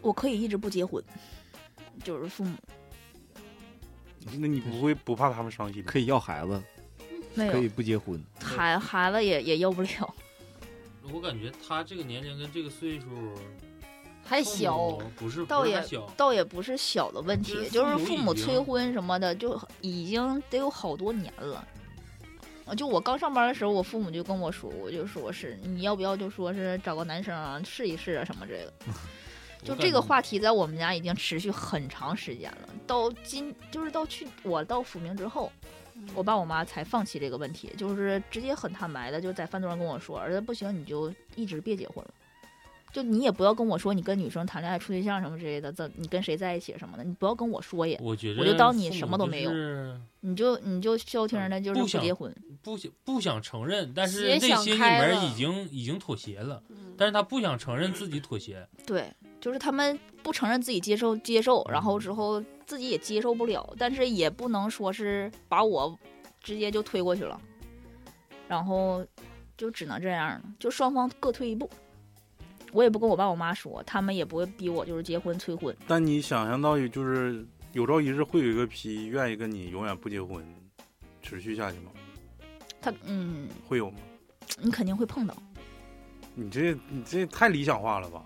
我可以一直不结婚，就是父母那你不会不怕他们伤心吗？可以要孩子，没可以有不结婚，孩孩子也也要不了，我感觉他这个年龄跟这个岁数还小，父母不是倒不是也他小，倒也不是小的问题，就就是是父母父已母经催婚什么的，就已经得有好多年了。啊就我刚上班的时候，我父母就跟我说，我就说是你要不要就说是找个男生啊试一试啊什么之类的。就我感这个觉话题在我们家已经持续很长时间了，到今就是到去我到抚明之后，嗯我爸我妈才放弃这个问题，就是直接很坦白的就在饭桌上跟我说，儿子不行你就一直别结婚了，就你也不要跟我说你跟女生谈恋爱处对象什么之类的，怎你跟谁在一起什么的，你不要跟我说也，我觉得我就当你什么都没有父母就是你就你就消停的就嗯不是不想结婚，不想不想承认，但是也内想心里开面了已经已经妥协了，嗯但是他不想承认自己妥协。对，就是他们不承认自己接受接受，然后之后自己也接受不了，但是也不能说是把我直接就推过去了，然后就只能这样了，就双方各退一步。我也不跟我爸我妈说，他们也不会逼我，就是结婚催婚。但你想象到就是有朝一日会有一个批愿意跟你永远不结婚，持续下去吗？他嗯，会有吗？你肯定会碰到，你这你这太理想化了吧？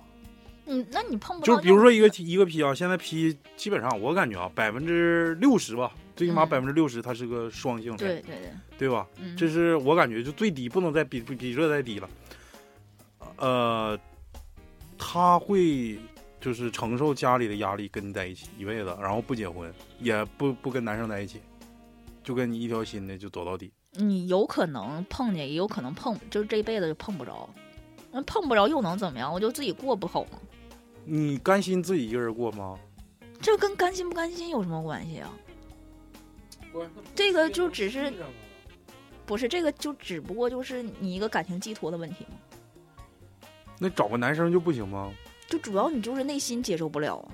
嗯，那你碰不就到是比如又说一个一个批啊，现在批基本上我感觉啊，百分之六十吧，最起码嗯百分之六十它是个双性恋，对对对，对吧？嗯，这是我感觉就最低，不能再比比比这再低了。呃，他会就是承受家里的压力，跟你在一起一辈子，然后不结婚，也不不跟男生在一起，就跟你一条心的就走到底。你有可能碰见，也有可能碰，就是这辈子就碰不着。那碰不着又能怎么样？我就自己过不好吗？你甘心自己一个人过吗？这跟甘心不甘心有什么关系啊？不是那这个就只实是际上啊不是这个就只不过就是你一个感情寄托的问题嘛？那找个男生就不行吗？就主要你就是内心接受不了啊，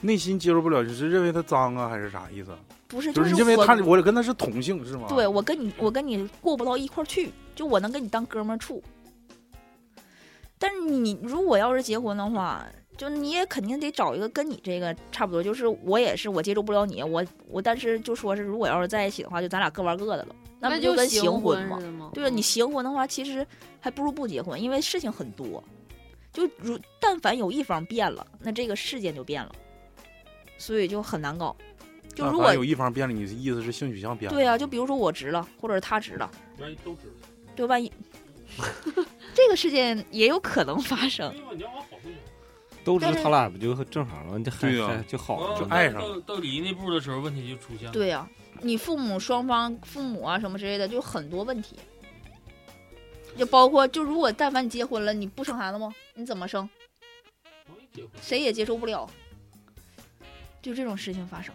内心接受不了，你是认为他脏啊，还是啥意思？不是就就是因为他，啊我我跟他是同性是吗？对我跟你我跟你过不到一块儿去，就我能跟你当哥们儿处。但是你如果要是结婚的话，就你也肯定得找一个跟你这个差不多，就是我也是我接受不了你，我我但是就说是如果要是在一起的话，就咱俩各玩各的了，不那就跟行婚婚吗似？的吗？对啊，你行婚的话，其实还不如不结婚，因为事情很多。就如但凡有一方变了，那这个事件就变了，所以就很难搞。就但如凡果啊有一方变了，你的意思是性取向变了？对啊，就比如说我值了，或者是他值了，万一都知道，对，万一这个事件也有可能发生对。吧？你要往好处想，都知道但是他俩不就正常了，这还对啊还就好哦了就吗。爱上到了到离那步的时候，问题就出现了。对啊呀、啊，你父母双方父母啊什么之类的，就很多问题。就包括就如果但凡你结婚了，你不生孩子吗？你怎么生？谁也接受不了，就这种事情发生。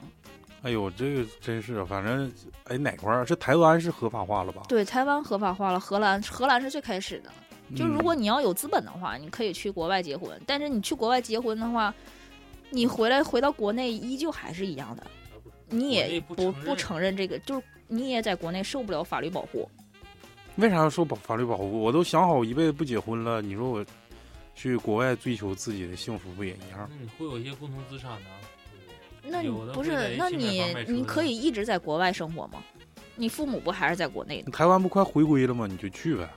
哎呦，这个真是，反正哎哪块儿？这台湾是合法化了吧？对，台湾合法化了，荷兰荷兰是最开始的。就如果嗯你要有资本的话，你可以去国外结婚，但是你去国外结婚的话，你回来回到国内依旧还是一样的，你也国内不啊不承认不承认这个，就是你也在国内受不了法律保护。为啥要受保法律保护？我都想好一辈子不结婚了，你说我去国外追求自己的幸福不也一样？那你会有一些共同资产呢？那你有的不会是在？那新买你房卖车你的可以一直在国外生活吗？你父母不还是在国内的？台湾不快回归了吗？你就去呗。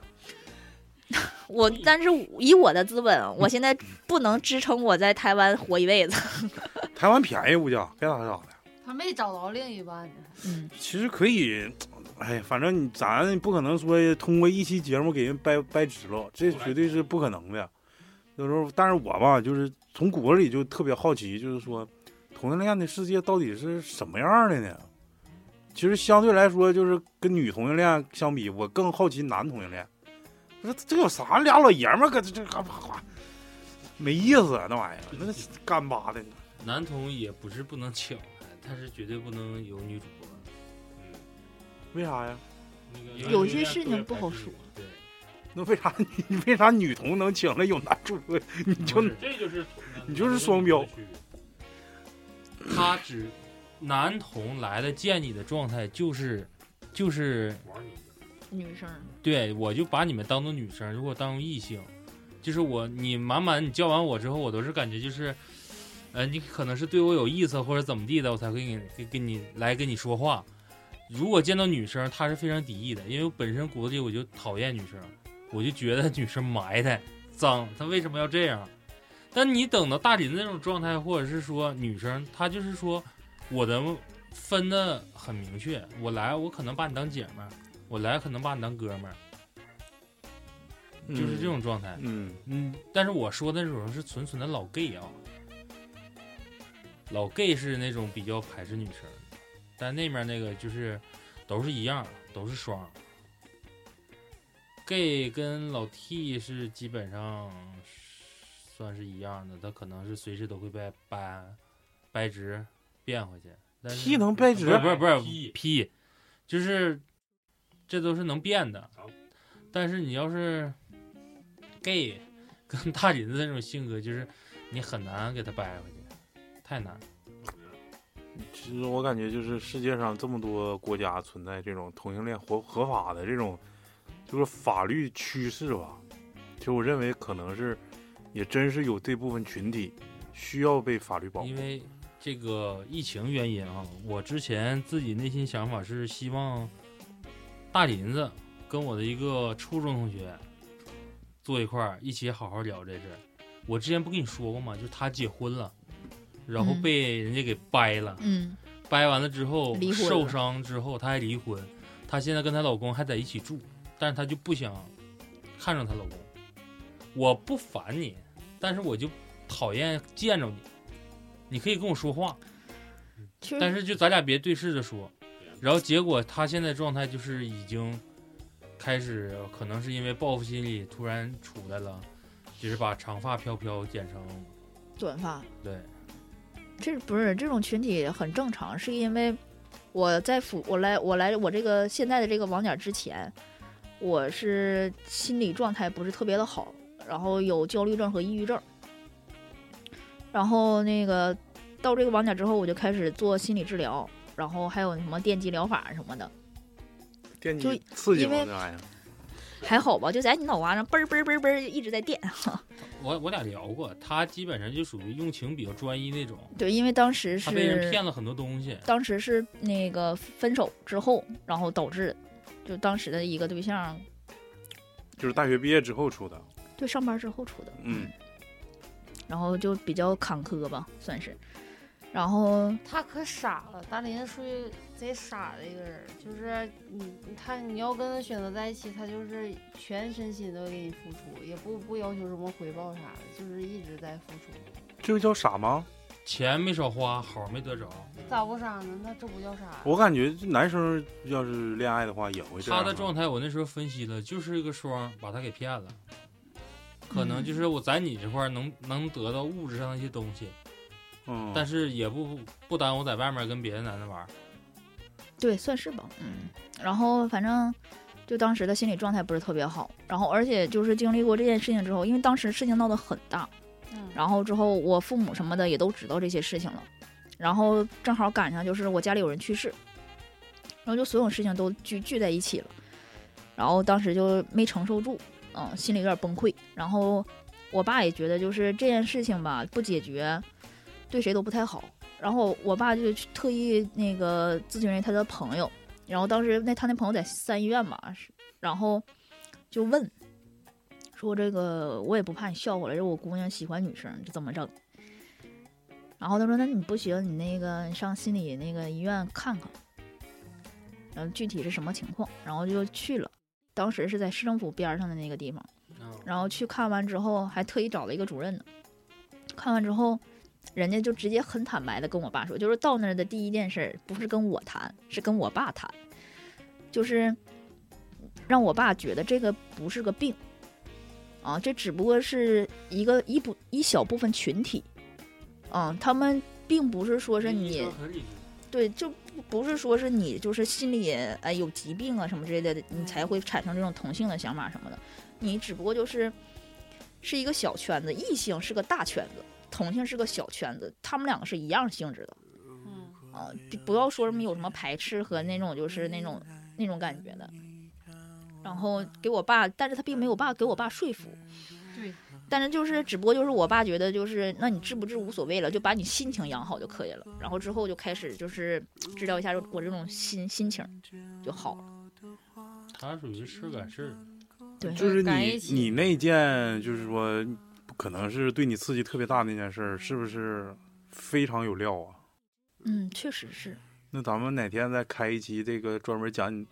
我嗯但是以我的资本，我现在不能支撑我在台湾活一辈子。台湾便宜物价，该咋咋的。他没找着另一半呢。嗯，其实可以，哎，反正你咱不可能说通过一期节目给人掰掰直了，这绝对是不可能的。有时候，但是我吧，就是从骨子里就特别好奇，就是说，同性恋的世界到底是什么样的呢？其实相对来说，就是跟女同性恋相比，我更好奇男同性恋。我说这有啥？俩老爷们儿搁这这干嘛？没意思、啊那玩意儿，那是干巴的。男同也不是不能请，但是绝对不能有女主播。为啥呀？因为有些事情不好说。对，那为啥你 你为啥女同能请了有男主播，你就不是这就是你就是双标他只男同来了见你的状态就是就是玩你。女生对我就把你们当做女生，如果当成异性，就是我你满满你叫完我之后，我都是感觉就是，呃，你可能是对我有意思或者怎么地的，我才会给你跟跟你来跟你说话。如果见到女生，她是非常敌意的，因为我本身骨子里我就讨厌女生，我就觉得女生埋汰、脏，她为什么要这样？但你等到大林那种状态，或者是说女生，她就是说我的分的很明确，我来我可能把你当姐们儿，我来可能把你当哥们儿，就是这种状态。嗯，嗯，但是我说的那种是纯纯的老 gay 啊，老 gay 是那种比较排斥女生，但那面那个就是都是一样，都是双。gay 跟老 T 是基本上算是一样的，他可能是随时都会被掰掰直变回去。但是 T 能掰直不是不是不是 P P，就是这都是能变的。但是你要是 gay 跟大林子那种性格，就是你很难给他掰回去，太难。其实我感觉就是世界上这么多国家存在这种同性恋合合法的这种，就是法律趋势吧。其实我认为可能是，也真是有这部分群体需要被法律保护因。为这个疫情原因啊，我之前自己内心想法是希望大林子跟我的一个初中同学坐一块儿，一起好好聊这事儿。我之前不跟你说过吗？就是他结婚了，然后嗯被人家给掰了，嗯，掰完了之后离婚了受伤之后，她还离婚，她现在跟她老公还在一起住，但是她就不想看上她老公。我不烦你，但是我就讨厌见着你。你可以跟我说话，其但实是就咱俩别对视着说。然后结果她现在状态就是已经开始，可能是因为报复心理突然出来了，就是把长发飘飘剪成短发对。这不是这种群体很正常，是因为我在辅我来我来我这个现在的这个网点之前，我是心理状态不是特别的好，然后有焦虑症和抑郁症，然后那个到这个网点之后，我就开始做心理治疗，然后还有什么电击疗法什么的，电就击刺激因吗为？这玩意儿，还好吧，就在你脑瓜上嘣儿嘣儿嘣儿嘣儿一直在电。 啊我我俩聊过，他基本上就属于用情比较专一那种，对，因为当时是他被人骗了很多东西。当时是那个分手之后，然后导致就当时的一个对象就是大学毕业之后出的。对上班之后处的，嗯，然后就比较坎坷吧，算是。然后他可傻了，大林属于贼傻的一个人，就是你他你要跟他选择在一起，他就是全身心都给你付出，也不不要求什么回报啥的，就是一直在付出。这个叫傻吗？钱没少花，好没得着。咋不傻呢？那这不叫傻呀。我感觉男生要是恋爱的话也会这他样。的状态，我那时候分析了，就是一个双把他给骗了，可嗯能就是我在你这块儿能能得到物质上的一些东西，嗯，但是也不不耽误在外面跟别的男的玩儿。对，算是吧，嗯。然后反正就当时的心理状态不是特别好，然后而且就是经历过这件事情之后，因为当时事情闹得很大，嗯然后之后我父母什么的也都知道这些事情了，然后正好赶上就是我家里有人去世，然后就所有事情都聚聚在一起了，然后当时就没承受住，嗯，心里有点崩溃。然后我爸也觉得就是这件事情吧，不解决对谁都不太好。然后我爸就去特意那个咨询了他的朋友，然后当时那他那朋友在三医院嘛，是然后就问说这个我也不怕你笑话了，这我姑娘喜欢女生，这怎么整？然后他说：“那你不行，你那个你上心理那个医院看看，然后具体是什么情况。”然后就去了，当时是在市政府边上的那个地方。然后去看完之后，还特意找了一个主任呢。看完之后，人家就直接很坦白的跟我爸说，就是到那儿的第一件事儿不是跟我谈，是跟我爸谈，就是让我爸觉得这个不是个病，啊，这只不过是一个一部一小部分群体，啊，他们并不是说是你。对，就不不是说是你就是心里哎有疾病啊什么之类的，你才会产生这种同性的想法什么的。你只不过就是是一个小圈子，异性是个大圈子，同性是个小圈子，他们两个是一样性质的嗯啊、就不要说什么有什么排斥和那种就是那种那种感觉的。然后给我爸，但是他并没有爸给我爸说服，对，但是就是只不过就是我爸觉得就是那你治不治无所谓了，就把你心情养好就可以了。然后之后就开始就是治疗一下我这种心心情就好了。他属于事儿赶事儿，对，就是赶你一起你那件就是说可能是对你刺激特别大那件事儿，是不是非常有料啊？嗯，确实是。那咱们哪天再开一期这个专门讲你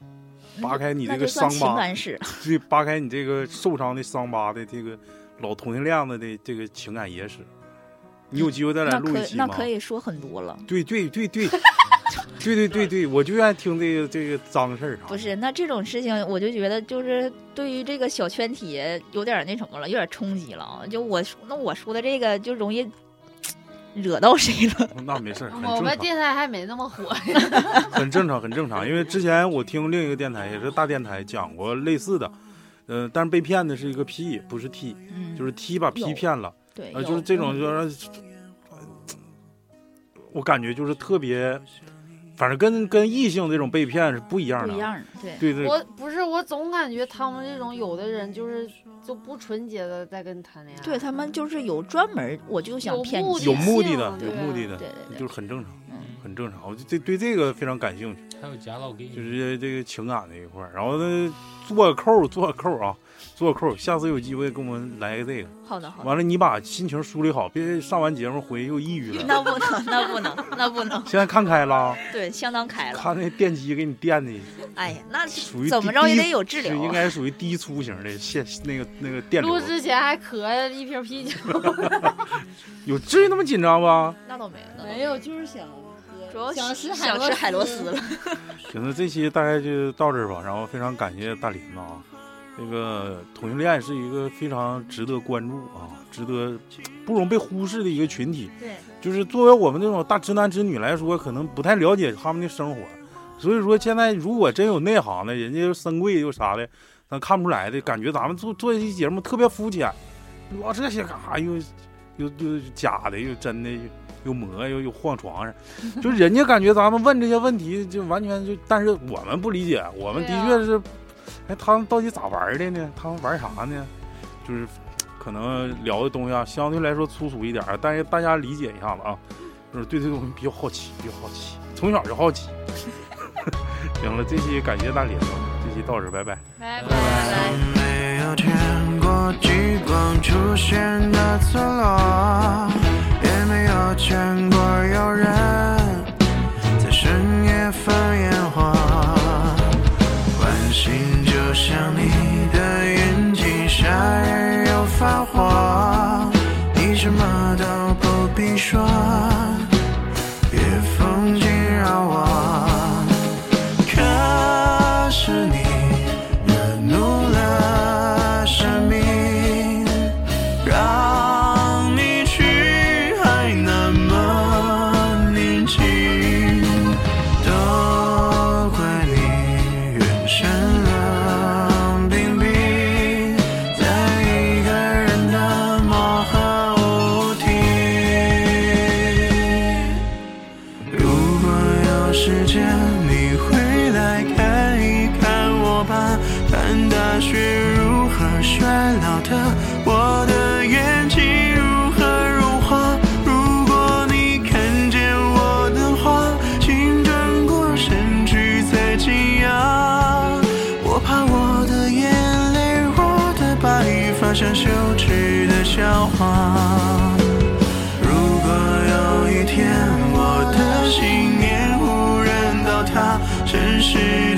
那扒就开你那这就个算伤情疤，感史了。对，扒开你这个受伤的伤疤的这个老同性恋子的这个情感野史。你有机会再来那录可一以期那吗？可以说很多了。对对对对，对对对对，我就愿意听这个这个脏事儿啊。不是，那这种事情我就觉得就是对于这个小圈体有点那什么了，有点冲击了啊。就我说那我说的这个就容易惹到谁了。 那没 事儿，很我正们常，电台还没那 么火呀。很正常，很正常。因为之前我听另一个电台，也是大电台讲过类似的，呃，但是被骗的是一个 P，不是 T，嗯，就是 T 把 P 有骗了，对，呃，有就是这种嗯就是，我感觉就是特别，反正跟跟异性这种被骗是不一样不的啊一，样的，对。对对，我不是，我总感觉他们这种有的人就是就不纯洁的在跟你谈恋爱，对他们就是有专门儿，我就想有骗目你。的有目的性的，对有目的的，对对就对，是很正常，嗯很正常。我就对对这个非常感兴趣。还有假老 gay，就是这个情感这一块儿，然后呢，做个扣儿，做个扣儿啊，做个扣儿。下次有机会跟我们来个这个。好的好的。完了，你把心情梳理好，别上完节目回去又抑郁了。那不能，那不能，那不能，现在看开了啊，对，相当开了。看那电击给你电的，哎呀，那属于怎么着也得有治疗是啊应该属于低粗型的线，那个那个电流录。之前还咳了一瓶啤酒，有至于那么紧张吗？那倒没有，那倒没有，就是想主要想是吃海想螺吃海螺丝丝了。行，那这期大概就到这儿吧。然后非常感谢大林子啊，这个同性恋是一个非常值得关注啊，值得不容被忽视的一个群体。对，就是作为我们这种大直男直女来说，可能不太了解他们的生活，所以说现在如果真有内行的，人家又深贵又啥的，咱看不出来的感觉，咱们做做一期节目特别肤浅，老这些干啥又又又假的又真的又又磨又又晃床 上，就人家感觉咱们问这些问题就完全就，但是我们不理解，我们的对啊确是，哎，他们到底咋玩的呢？他们玩啥呢？就是可能聊的东西啊，相对来说粗俗一点儿，但是大家理解一下子啊，就是对这东西比较好奇，比较好奇，从小就好奇。行了，这期感谢大林子，这期到这儿，拜拜。拜拜拜。 没有见过极光出现的村落，也没有见过有人在深夜放烟火。晚星就像你的眼睛，下雨又发火，你什么都不必说。啊个羞耻的笑话。如果有一天我的信念忽然倒塌，真实。